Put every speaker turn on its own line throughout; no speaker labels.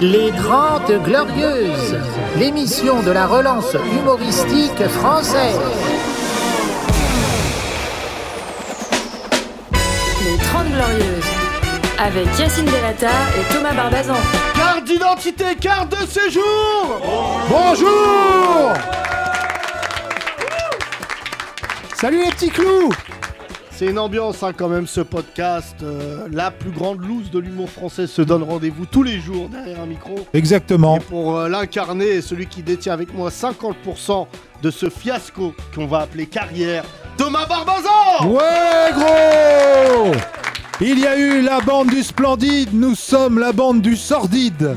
Les Grandes Glorieuses, l'émission de la relance humoristique française.
Les 30 Glorieuses, avec Yacine Delata et Thomas Barbazan.
Carte d'identité, carte de séjour
Bonjour Salut les petits clous
C'est une ambiance hein, quand même ce podcast. Euh, la plus grande loose de l'humour français se donne rendez-vous tous les jours derrière un micro.
Exactement.
Et pour euh, l'incarner, celui qui détient avec moi 50% de ce fiasco qu'on va appeler carrière, Thomas Barbazan
Ouais, gros Il y a eu la bande du splendide, nous sommes la bande du sordide.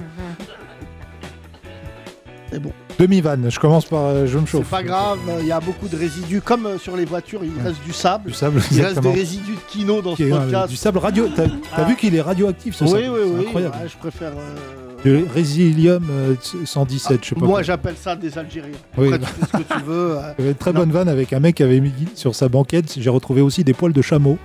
C'est bon.
Demi-vanne, je commence par. euh, je me chauffe.
C'est pas grave, il y a beaucoup de résidus. Comme euh, sur les voitures, il reste du
Du
sable.
sable,
Il reste des
exactement.
résidus de kino dans
Qui
ce
est, euh,
podcast.
du sable radio. T'as t'as
Ah.
vu qu'il est radioactif ce
oui,
sable
oui,
C'est
oui.
Incroyable.
ouais, je préfère. euh,
Le résilium euh, 117, je sais pas.
Moi,
quoi.
j'appelle ça des Algériens.
Oui.
Après, tu fais ce que tu veux. euh,
Il y avait une très
Non.
bonne vanne avec un mec qui avait mis sur sa banquette. J'ai retrouvé aussi des poils de chameau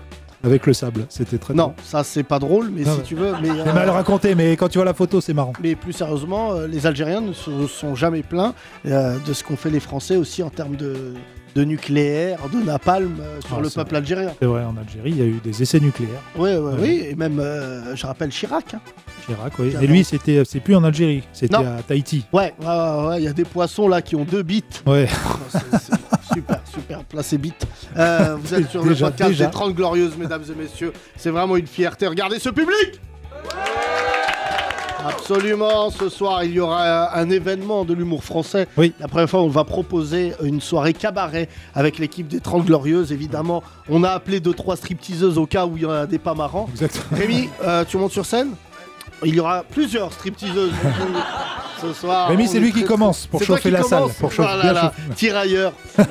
avec le sable. C'était très
Non,
drôle.
ça, c'est pas drôle, mais
Non,
si
mais-
tu veux. Mais, euh,
J'ai mal raconté, mais quand tu vois la photo, c'est marrant.
mais plus sérieusement, euh, les Algériens ne se sont jamais plaints euh, de ce qu'ont fait les Français aussi en termes de, de nucléaire, de napalm euh, sur
Ah,
le
ça-
peuple algérien.
C'est vrai, en Algérie, il y a eu des essais nucléaires.
Oui, oui,
Ouais.
oui. Et même, euh, je rappelle Chirac. hein.
Chirac, oui.
Clairement.
Et lui, c'était, euh, c'est plus en Algérie, c'était
Non.
à Tahiti.
Ouais, ouais, ouais, ouais, il y a des poissons là qui ont deux bites.
Ouais.
Oh, c'est- c'est super, super, placez bites. Euh, vous êtes sur
Déjà,
le podcast
déjà.
des 30 Glorieuses, mesdames et messieurs. C'est vraiment une fierté. Regardez ce public Absolument, ce soir il y aura euh, un événement de l'humour français.
Oui.
La première fois, on va proposer une soirée cabaret avec l'équipe des 30 Glorieuses. Évidemment, on a appelé deux trois stripteaseuses au cas où il y en a des pas marrants.
Exactement.
Rémi, euh, tu montes sur scène Il y aura plusieurs stripteaseuses qui- ce soir.
Rémi,
Ah, On
c'est
est
lui qui
très-
commence pour
C'est toi
chauffer
qui
la salle.
commence
Pour chauffer,
Voilà,
bien
là,
chauffer.
tirailleur. Euh,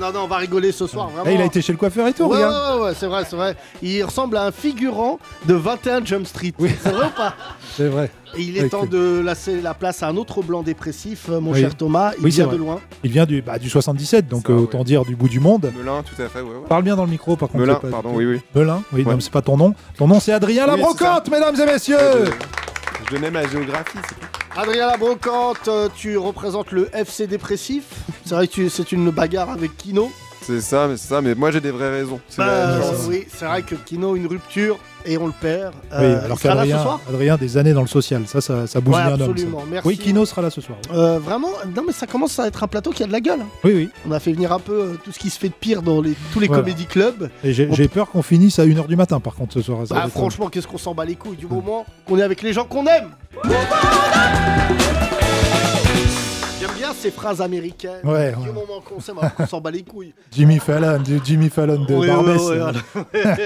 non, non, on va rigoler ce soir, vraiment.
Là, Eh, il a été hein. chez le coiffeur et tout,
Ouais, ouais,
regarde.
ouais, ouais, c'est vrai, c'est vrai. Il ressemble à un figurant de 21 Jump Street.
Oui.
C'est vrai ou pas
C'est vrai.
Et il est
Avec
temps
le-
de laisser la place à un autre blanc dépressif, euh, mon
Oui.
cher Thomas. Il
Oui, c'est
vient de
vrai.
loin.
Il vient du, bah, du 77, donc
Ça,
euh,
ouais.
autant dire du bout du monde.
Melun, tout à fait, ouais. ouais.
Parle bien dans le micro, par contre.
Melun,
c'est pas-
pardon, oui, oui.
Melun, oui,
Ouais.
non, c'est pas ton nom. Ton nom, c'est Adrien
Oui,
Labrocante, mesdames et
Je,
Euh.
messieurs.
je donnais ma géographie, c'est tout.
Adrien Labrocante, euh, tu représentes le FC dépressif. C'est vrai que tu- c'est une bagarre avec Kino.
C'est ça, mais c'est ça, mais moi j'ai des vraies raisons. C'est
Bah,
la-
euh,
genre-
oui, c'est vrai que Kino, une rupture et on le perd.
Oui,
Euh,
alors
il sera là ce
qu'Adrien,
soir
Adrien, des années dans le social, ça, ça, ça bousille
Ouais,
un homme.
absolument,
ça.
merci.
Oui, Kino sera là ce soir.
Euh, vraiment, non mais ça commence à être un plateau qui a de la gueule. hein.
Oui, oui.
On a fait venir un peu euh, tout ce qui se fait de pire dans les, tous les
Voilà.
comédie clubs.
Et j'ai
On-
j'ai peur qu'on finisse à 1h du matin, par contre, ce soir. Ça va
Ah,
être- Hmm.
franchement, qu'est-ce qu'on s'en bat les couilles du moment qu'on est avec les gens qu'on aime. J'aime bien ces phrases américaines.
Ouais,
Du
ouais.
moment qu'on s'aime, alors qu'on s'en bat les couilles.
Jimmy Fallon, du Jimmy Fallon de
Oui, oui,
Barbès.
oui,
euh,
voilà.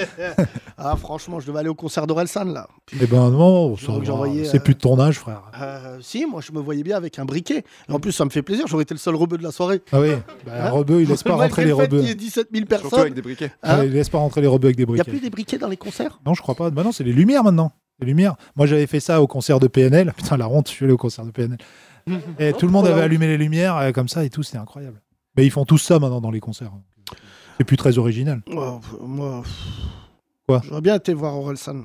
ah, franchement, je devais aller au concert d'Orelsan là.
Eh ben non, ça
J'aurais que
va,
j'envoyais,
c'est
euh,
plus de ton âge, frère.
Euh, si, moi je me voyais bien avec un briquet. Et en plus, ça me fait plaisir, j'aurais été le seul rebeu de la soirée.
Ah oui, bah,
Hein
rebeu, il laisse pas
Malgré
rentrer
le
les
fait
rebeux.
qu'il y ait 17 000
Surtout avec
personnes.
des briquets.
Hein
Ah, il laisse pas rentrer les rebeux avec des
Il n'y a
briquets.
plus des briquets dans les concerts
Non, je crois pas. Bah non, c'est les lumières maintenant. Les lumières. Moi, j'avais fait ça au concert de PNL. Putain, la honte, je suis allé au concert de PNL. Et tout le monde avait allumé les lumières euh, comme ça et tout, c'était incroyable. Mais ils font tous ça maintenant dans les concerts. C'est plus très original.
Oh, pff, Moi. pff.
Quoi
J'aurais bien été voir Orelsan.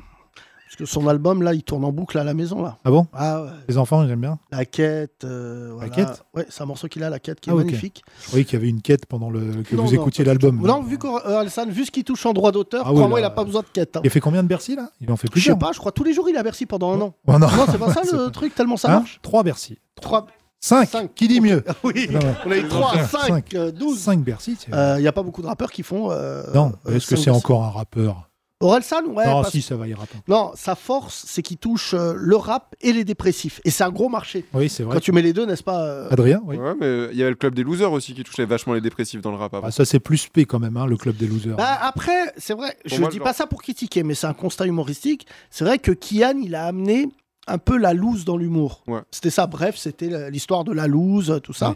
Parce que son album, là, il tourne en boucle à la maison, là.
Ah bon
Ah ouais.
Les enfants, ils aiment bien.
La quête. euh, voilà.
Quête
Ouais, c'est un morceau qu'il a, La quête, qui est
Ah, ok.
magnifique.
Je croyais qu'il y avait une quête pendant le... que
Non,
vous
non,
écoutiez l'album.
Non, vu qu'Orelsan, vu ce qu'il touche en droit d'auteur,
Ah oui,
crois-moi,
là-
il n'a pas besoin de quête. hein.
Il a fait combien de Bercy là Il en fait
Je sais
plusieurs.
pas, je crois tous les jours il est à Bercy pendant un an.
Oh, non.
Non, c'est pas ça
C'est
le
pas-
truc, tellement ça
Hein
marche.
Trois Bercy.
3...
Cinq.
Cinq.
Qui dit mieux
Oui,
Non, ouais.
on a eu 3,
Cinq.
5, 12.
Cinq Bercy. c'est-
Euh, Il n'y a pas beaucoup de rappeurs qui font. euh,
non.
euh,
Est-ce que
cinq
c'est
ou six.
encore un rappeur
Orelsan, ouais.
Non,
parce-
si, ça va, il rappe.
Non, sa force, c'est qu'il touche euh, le rap et les dépressifs. Et c'est un gros marché.
Oui, c'est vrai.
Quand tu mets les deux, n'est-ce pas euh,
Adrien, oui.
Ouais, mais il y avait le club des losers aussi qui touchait vachement les dépressifs dans le rap avant.
Ah, ça, c'est plus P quand même, hein, le club des losers.
Bah, Après, c'est vrai, je
moi,
dis
le
pas
genre.
ça pour critiquer, mais c'est un constat humoristique. C'est vrai que Kian, il a amené un peu la loose dans l'humour.
Ouais.
C'était ça, bref, c'était la- l'histoire de la loose, tout ça.
Ouais.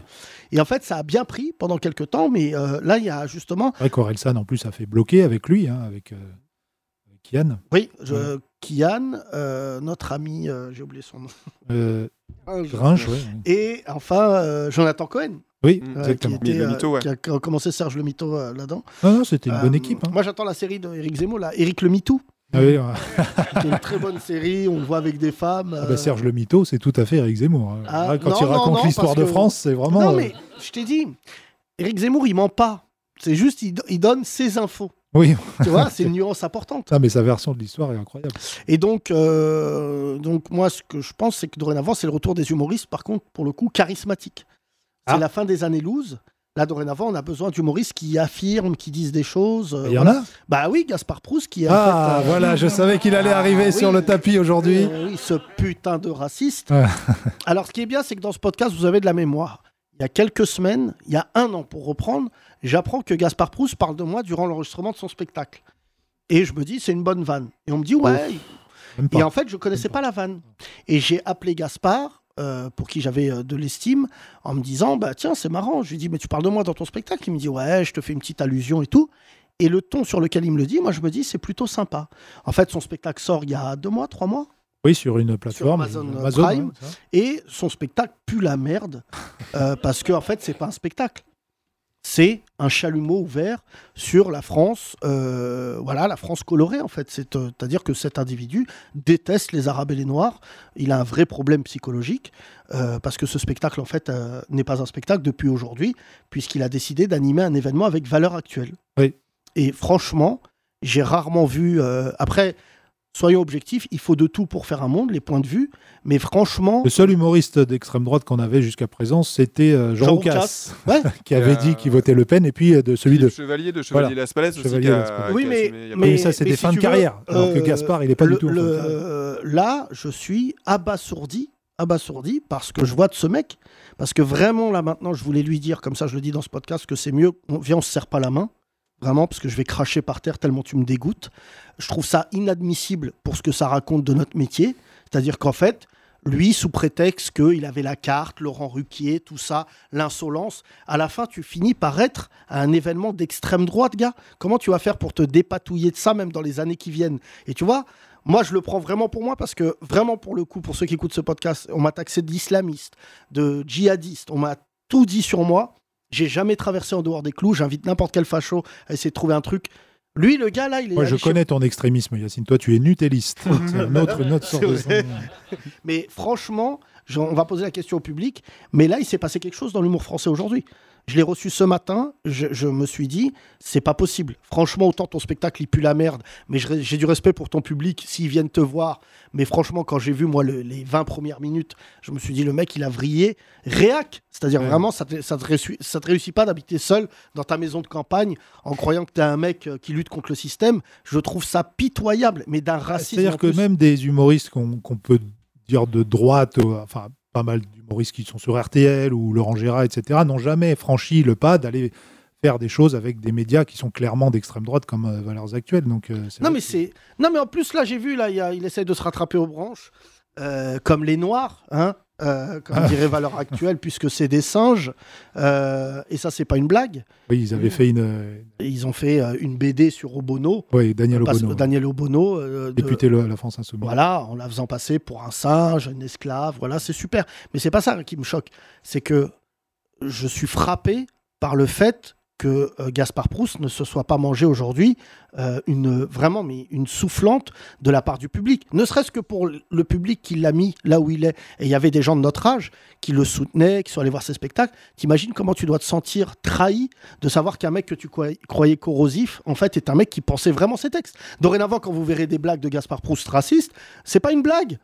Et en fait, ça a bien pris pendant quelques temps, mais euh, là, il y a justement.
C'est vrai qu'Orelsan, en plus, a fait bloquer avec lui, hein, avec, euh, avec Kian.
Oui, je- Kian, euh, notre ami, euh, j'ai oublié son nom.
Euh,
Gringe.
Gringe, ouais, ouais.
Et enfin, euh, Jonathan Cohen,
oui.
Mm.
euh,
exactement.
qui, était,
Le mytho,
euh,
ouais.
qui a qui a commencé Serge le Mito euh, là-dedans.
Non, non, c'était une
Euh,
bonne équipe. hein.
Moi, j'attends la série de Eric Zemmour, là, Eric le Mitou.
Ah oui, ouais.
C'est une très bonne série, on le voit avec des femmes.
Ah bah,
euh,
Serge Le Mito, c'est tout à fait Eric Zemmour. hein.
Ah,
Là, quand
non,
il
non, non,
raconte l'histoire
parce
de
que-
France, c'est vraiment.
Non,
euh,
mais je t'ai dit, Eric Zemmour, il ment pas. C'est juste, il, do- il donne ses infos.
Oui,
Tu vois, c'est une nuance importante.
putain, mais sa version de l'histoire est incroyable.
Et donc, euh, donc moi, ce que je pense, c'est que dorénavant, c'est le retour des humoristes, par contre, pour le coup, charismatiques. C'est
Ah.
la fin des années loose. Là, dorénavant, on a besoin d'humoristes qui affirment, qui disent des choses. euh,
Il y en
voilà.
a
Bah oui, Gaspard Proust qui a. euh,
Ah, voilà, je savais qu'il allait arriver
Ah, oui. Euh,
sur le tapis aujourd'hui.
Oh oui, ce putain de raciste.
Ouais.
Alors, ce qui est bien, c'est que dans ce podcast, vous avez de la mémoire. Il y a quelques semaines, il y a un an pour reprendre, j'apprends que Gaspard Proust parle de moi durant l'enregistrement de son spectacle. Et je me dis, c'est une bonne vanne. Et on me dit, ouais.
Même pas.
Et en fait, je connaissais pas la vanne. Et j'ai appelé Gaspard, euh, pour qui j'avais euh, de l'estime, en me disant, bah tiens, c'est marrant. Je lui dis, mais tu parles de moi dans ton spectacle. Il me dit, ouais, je te fais une petite allusion et tout. Et le ton sur lequel il me le dit, moi, je me dis, c'est plutôt sympa. En fait, son spectacle sort il y a deux mois, trois mois.
Oui, sur une plateforme.
Amazon Prime.
ouais, c'est ça.
Et son spectacle pue la merde euh, parce que en fait, c'est pas un spectacle. C'est un chalumeau ouvert sur la France, euh, voilà, la France colorée en fait. C'est, euh, C'est-à-dire que cet individu déteste les Arabes et les Noirs. Il a un vrai problème psychologique euh, parce que ce spectacle en fait euh, n'est pas un spectacle depuis aujourd'hui puisqu'il a décidé d'animer un événement avec valeur actuelle.
Oui.
Et franchement, j'ai rarement vu. euh, après, soyons objectifs, il faut de tout pour faire un monde, les points de vue. Mais franchement,
Le seul humoriste d'extrême droite qu'on avait jusqu'à présent, c'était euh, Jean,
Jean
Roucas,
ouais,
qui avait
Euh,
dit qu'il votait Le Pen, et puis euh, de celui de.
Philippe Chevalier de Chevalier
Voilà.
Las Palais aussi.
Chevalier
qui a-
Las Palais.
qui a
Oui, mais-
assumé il y a
Mais,
mais-
ça, c'est
mais
des
si
fins
tu
de
veux,
carrière. alors que
euh,
Gaspard, il n'est pas
le-
du tout. en fin de
le-
carrière.
euh, là, je suis abasourdi, abasourdi parce que je vois de ce mec, parce que vraiment là maintenant, je voulais lui dire, comme ça je le dis dans ce podcast, que c'est mieux, on, viens, on se serre pas la main, vraiment, parce que je vais cracher par terre tellement tu me dégoûtes. Je trouve ça inadmissible pour ce que ça raconte de notre métier, c'est-à-dire qu'en fait, lui, sous prétexte qu'il avait la carte, Laurent Ruquier, tout ça, l'insolence, à la fin, tu finis par être à un événement d'extrême droite, gars. Comment tu vas faire pour te dépatouiller de ça, même dans les années qui viennent Et tu vois, moi, je le prends vraiment pour moi parce que, vraiment, pour le coup, pour ceux qui écoutent ce podcast, on m'a taxé d'islamiste, de djihadiste, on m'a tout dit sur moi. J'ai jamais traversé en dehors des clous. J'invite n'importe quel facho à essayer de trouver un truc. Lui, le gars, là, il est.
Moi, je
allé chez-
connais ton extrémisme, Yacine. Toi, tu es nutelliste. c'est un autre, une autre sorte de.
C'est Mais franchement, je- on va poser la question au public. Mais là, il s'est passé quelque chose dans l'humour français aujourd'hui. Je l'ai reçu ce matin. Je, je me suis dit, c'est pas possible. Franchement, autant ton spectacle, il pue la merde. Mais je- j'ai du respect pour ton public s'ils viennent te voir. Mais franchement, quand j'ai vu, moi, le- les 20 premières minutes, je me suis dit, le mec, il a vrillé. Réac. C'est-à-dire
Ouais.
vraiment, ça te, ça, te réussit, ça te réussit pas d'habiter seul dans ta maison de campagne en croyant que t'es un mec euh, qui lutte contre le système. Je trouve ça pitoyable, mais d'un racisme. Ah, en
C'est-à-dire que
plus.
même des humoristes qu'on qu'on peut dire de droite, euh, enfin pas mal d'humoristes qui sont sur RTL ou Laurent Gérard, etc., n'ont jamais franchi le pas d'aller faire des choses avec des médias qui sont clairement d'extrême droite comme euh, valeurs actuelles. Donc, euh,
Non
vrai
mais
que-
c'est non mais en plus là j'ai vu là il, y a- il essaye de se rattraper aux branches euh, comme les noirs hein euh, comme
Ah.
dirait Valeur Actuelle puisque c'est des singes euh, et ça c'est pas une blague
Oui, ils avaient fait une. euh,
Et ils ont fait euh, une BD sur Obono
oui, Daniel
parce-
Obono,
Daniel Obono euh, de-
député le- à la France Insoumise.
voilà en la faisant passer pour un singe un esclave voilà c'est super mais c'est pas ça qui me choque c'est que je suis frappé par le fait que euh, Gaspard Proust ne se soit pas mangé aujourd'hui euh, une vraiment mais une soufflante de la part du public, ne serait-ce que pour le public qui l'a mis là où il est. Et il y avait des gens de notre âge qui le soutenaient, qui sont allés voir ses spectacles. T'imagines comment tu dois te sentir trahi de savoir qu'un mec que tu croy- croyais corrosif, en fait, est un mec qui pensait vraiment ses textes. Dorénavant, quand vous verrez des blagues de Gaspard Proust racistes, c'est pas une blague.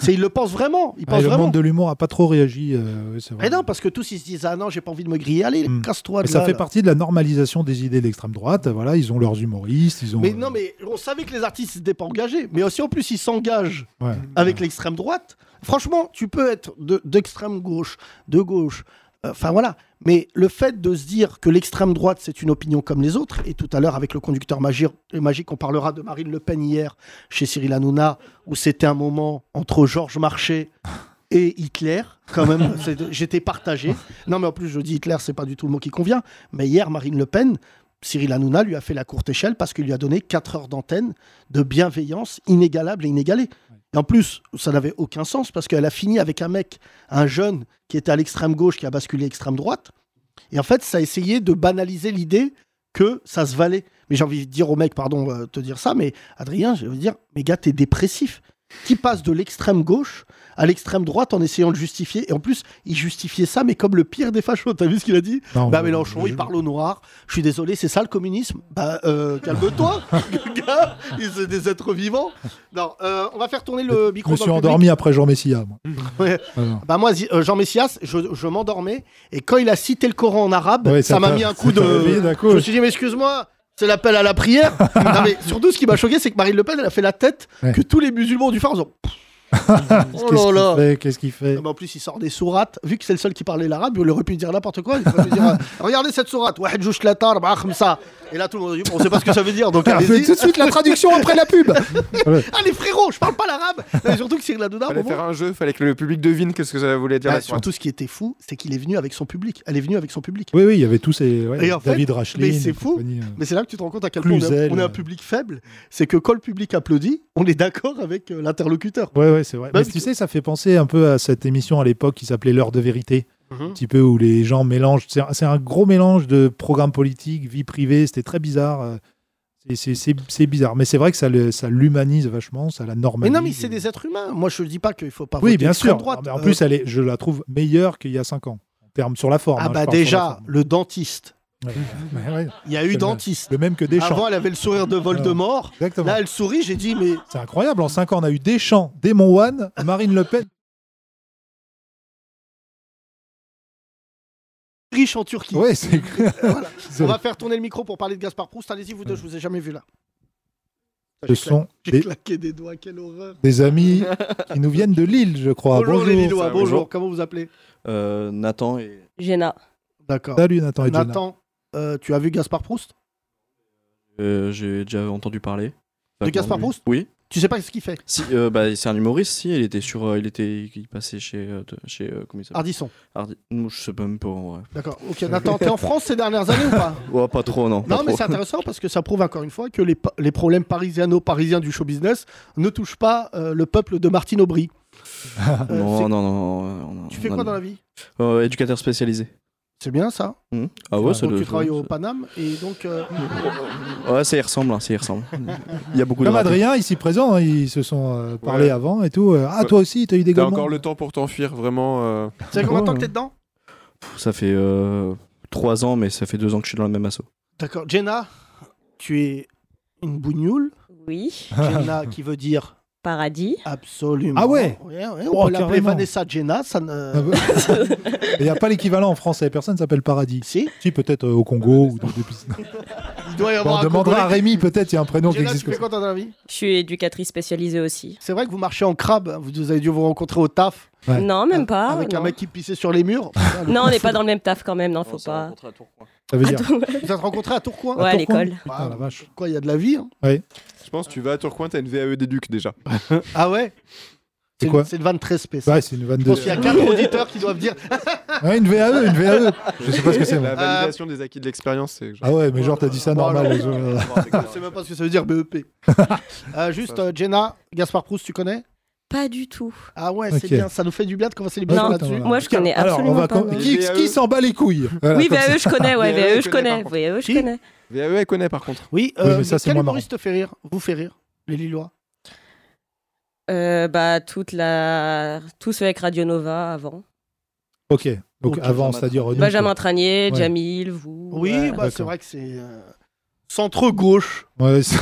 C'est il le pense vraiment. Il
Ah,
pense
le
vraiment.
monde de l'humour a pas trop réagi. euh, oui, c'est vrai.
Mais non, parce que tous ils se disent ah non, j'ai pas envie de me griller. Allez,
Hmm.
casse-toi.
Mais
de
ça
là,
fait
là.
partie de la normalisation des idées d'extrême droite. Voilà, ils ont leurs humoristes, ils ont.
Mais
euh,
non, mais on savait que les artistes n'étaient pas engagés. Mais aussi en plus, ils s'engagent
euh, ouais.
avec l'extrême droite. Franchement, tu peux être de- d'extrême gauche, de gauche. euh, Enfin voilà. Mais le fait de se dire que l'extrême droite, c'est une opinion comme les autres, et tout à l'heure, avec le conducteur magi- euh, magique, on parlera de Marine Le Pen hier chez Cyril Hanouna, où c'était un moment entre Georges Marchais et Hitler. Quand même, c'est- j'étais partagé. Non, mais en plus, je dis Hitler, c'est pas du tout le mot qui convient. Mais hier, Marine Le Pen. Cyril Hanouna lui a fait la courte échelle parce qu'il lui a donné 4 heures d'antenne de bienveillance inégalable et inégalée. Et en plus, ça n'avait aucun sens parce qu'elle a fini avec un mec, un jeune qui était à l'extrême gauche, qui a basculé extrême droite. Et en fait, ça a essayé de banaliser l'idée que ça se valait. Mais Mais j'ai envie de dire au mec, pardon, euh, te dire ça, mais Adrien, je veux dire, mais gars, t'es dépressif. Qui passe de l'extrême gauche à l'extrême droite en essayant de justifier. Et en plus, il justifiait ça, mais comme le pire des fachos. T'as vu ce qu'il a dit
Non,
Bah
euh,
Mélenchon,
je-
il parle au noir. Je suis désolé, c'est ça le communisme. Bah euh, calme-toi, gars. Ils sont des êtres vivants. Non, euh, on va faire tourner le
Je
micro.
me
dans
suis
le public.
endormi après Jean Messia. moi.
Ouais.
Alors.
Bah moi, zi- euh, Jean Messias, je, je m'endormais et quand il a cité le Coran en arabe,
Ouais,
Bah, ça m'a
t'a-
mis un coup
ça t'a réveillé
de.
d'un coup.
Je me suis dit, mais excuse-moi, c'est l'appel à la prière. Non, mais surtout, ce qui m'a choqué, c'est que Marine Le Pen, elle a fait la tête
Ouais.
que tous les musulmans ont dû faire en disant,
Qu'est-ce
Oh
qu'il
là là.
fait Qu'est-ce qu'il fait
Ah bah, en plus, il sort des sourates. Vu que c'est le seul qui parlait l'arabe, il aurait pu dire n'importe quoi. Il aurait pu dire, euh, regardez cette sourate. Wahed jouch la tar, bah, khamsa. Et là, tout le monde a dit, on sait pas ce que ça veut dire. Donc,
Ah, fais
allez-y.
tout de suite la traduction après la pub.
Ah, les frérots, je parle pas l'arabe. Non, mais surtout que Cyril Hanouna, à un
Fallait
moment,
faire un jeu, fallait que le public devine qu'est-ce que ça voulait dire.
bah,
la soirée.
surtout, ce qui était fou, c'est qu'il est venu avec son public. Elle est venue avec son public.
Oui, oui, il y avait tous ces. ouais,
Et en fait,
David Rachlin.
mais c'est
et
fou.
compagnie, euh.
Mais c'est là que tu te rends compte à quel point on est-
Cluzel.
on est un public faible. C'est que quand le public applaudit, on est d'accord avec euh, l'interlocuteur.
Ouais, ouais, c'est vrai.
Même
Mais tu
que-
sais, ça fait penser un peu à cette émission à l'époque qui s'appelait L'heure de vérité. Un petit peu où les gens mélangent. C'est un, c'est un gros mélange de programmes politiques, vie privée. C'était très bizarre. euh, c'est- c'est- C'est c'est bizarre. Mais c'est vrai que ça le- ça l'humanise vachement, ça la
Mais
normalise.
non, mais c'est des êtres humains. Moi, je dis pas qu'il faut pas
Oui,
voter
bien
extrême
sûr.
droite.
Mais en
Euh,
plus, elle est, je la trouve meilleure qu'il y a 5 ans. En termes sur la forme.
ah
hein,
bah
je parle sur la
déjà,
forme.
le dentiste.
Ouais, ouais.
Il y a eu
le-
dentiste.
Le même que Deschamps.
Avant, elle avait le sourire de Voldemort.
Exactement.
Là, elle sourit. J'ai dit, mais
C'est incroyable. En 5 ans, on a eu Deschamps, Démon One, Marine Le Pen.
riche en Turquie.
Ouais, c'est
Voilà.
c'est-
On va faire tourner le micro pour parler de Gaspard Proust. Allez-y, vous deux, je vous ai jamais vu là.
Ce sont
J'ai
des,
claqué des doigts, quelle horreur.
des amis qui nous viennent de Lille, je crois.
bonjour, les Lillois,
ça,
bonjour.
bonjour.
Comment vous appelez
Euh, Nathan et
Jenna.
D'accord.
Salut Nathan et Jenna.
Nathan, euh, tu as vu Gaspard Proust
euh, j'ai déjà entendu parler.
De Gaspard Proust
Oui.
Tu sais pas ce qu'il fait
Si, euh, bah, c'est un humoriste, si. Il était sur, euh, il était, il passait chez, euh, de- chez euh, comment il s'appelle
Ardisson.
Hardy. Non, je sais pas même pas. en vrai.
D'accord. Ok, Nathan, t'es en France ces dernières années ou pas
Ouais, pas trop, non. pas
Non, mais
trop.
c'est intéressant parce que ça prouve encore une fois que les, pa- les problèmes parisiano-parisiens du show business ne touchent pas euh, le peuple de Martine Aubry. Euh, c'est-
non, non, non, euh, non, non.
Tu fais
non,
quoi dans
non.
la vie
Euh, Éducateur spécialisé.
C'est bien ça.
Hmm. Ah ouais, c'est
donc
le-
tu travailles au
c'est-
Paname et donc euh,
Ouais, ça y ressemble, hein, ça y ressemble. Il y a beaucoup
Comme
de. ratés.
Adrien, ici présent, hein, ils se sont euh, parlé
Ouais.
avant et tout. euh, ah,
Ouais.
toi aussi, t'as eu des
T'as
gars.
encore le temps pour t'enfuir, vraiment. euh,
ça fait combien
Oh.
de temps que t'es dedans
Pff, Ça fait euh, trois ans, mais ça fait deux ans que je suis dans le même assaut.
D'accord. Jenna, tu es une bougnoule.
Oui.
Jenna qui veut dire
Paradis.
absolument.
Ah ouais
ouais,
Oh,
On peut l'appeler
carrément. Ah
Vanessa Jenna. Ça ne...
Il n'y a pas l'équivalent en français. Personne ne s'appelle Paradis.
si
Si, peut-être euh, au Congo. ou dans des-
Il doit y
Bon,
avoir
on
un
demandera à
Congolais.
Rémi, peut-être, il y a un prénom qui
Jenna, tu
existe.
fais quoi dans la vie
Je suis éducatrice spécialisée aussi.
C'est vrai que vous marchez en crabe. hein, Vous avez dû vous rencontrer au taf.
Ouais. Ah,
Non, même pas.
avec
non.
un mec qui pissait sur les murs. Putain, le
Non, on
coup
n'est
de
pas
foudre.
dans le même taf quand même, non,
Oh,
faut
On s'est
pas.
rencontrés à Tourcoing.
Ça veut dire.
Vous êtes rencontrés à Tourcoing
Ouais, à
Tourcoing
l'école.
Putain, la vache.
Quoi, il y a de la vie. hein.
Je pense que tu vas à Tourcoing, t'as une VAE d'éduc déjà.
Ah ouais
C'est quoi
C'est le 23 espèce.
Ouais, c'est une vanne
Je
de.
pense qu'il y a quatre auditeurs qui doivent dire
Ouais, une VAE, une VAE. Je sais pas ce que c'est.
Bah,
moi.
La validation des acquis de l'expérience, c'est. genre-
Ah ouais, mais genre, t'as dit ça
Bon,
normal.
alors-
les gens, euh,
Je sais même pas ce que ça veut dire BEP. Euh, juste, euh, Jenna, Gaspard Proust, tu connais
Pas du tout.
Ah ouais, c'est
Ok.
bien, ça nous fait du bien de commencer les
Non,
l'émission là-dessus.
voilà.
Moi, je connais
Alors, on
absolument
va
pas.
com-
non.
qui,
VAE.
qui s'en bat les couilles Voilà,
Oui,
comme ça.
VAE, je connais, ouais,
VAE,
VAE,
je
je
connais,
connais,
par
VAE, je
Qui
connais.
VAE, E, elle connaît par contre.
Oui,
mais
euh, mais
ça, c'est
quel
moins
humoriste te fait rire Vous fait rire Les Lillois
Euh, bah, toute la... tout ce avec Radio Nova avant.
Ok, donc
Ok,
avant,
Benjamin
c'est-à-dire. euh, nous,
Benjamin Tranier,
Ouais.
Jamil, vous.
Oui,
voilà.
bah, c'est
D'accord.
vrai que c'est euh, centre-gauche,
quoi. Ouais, c'est-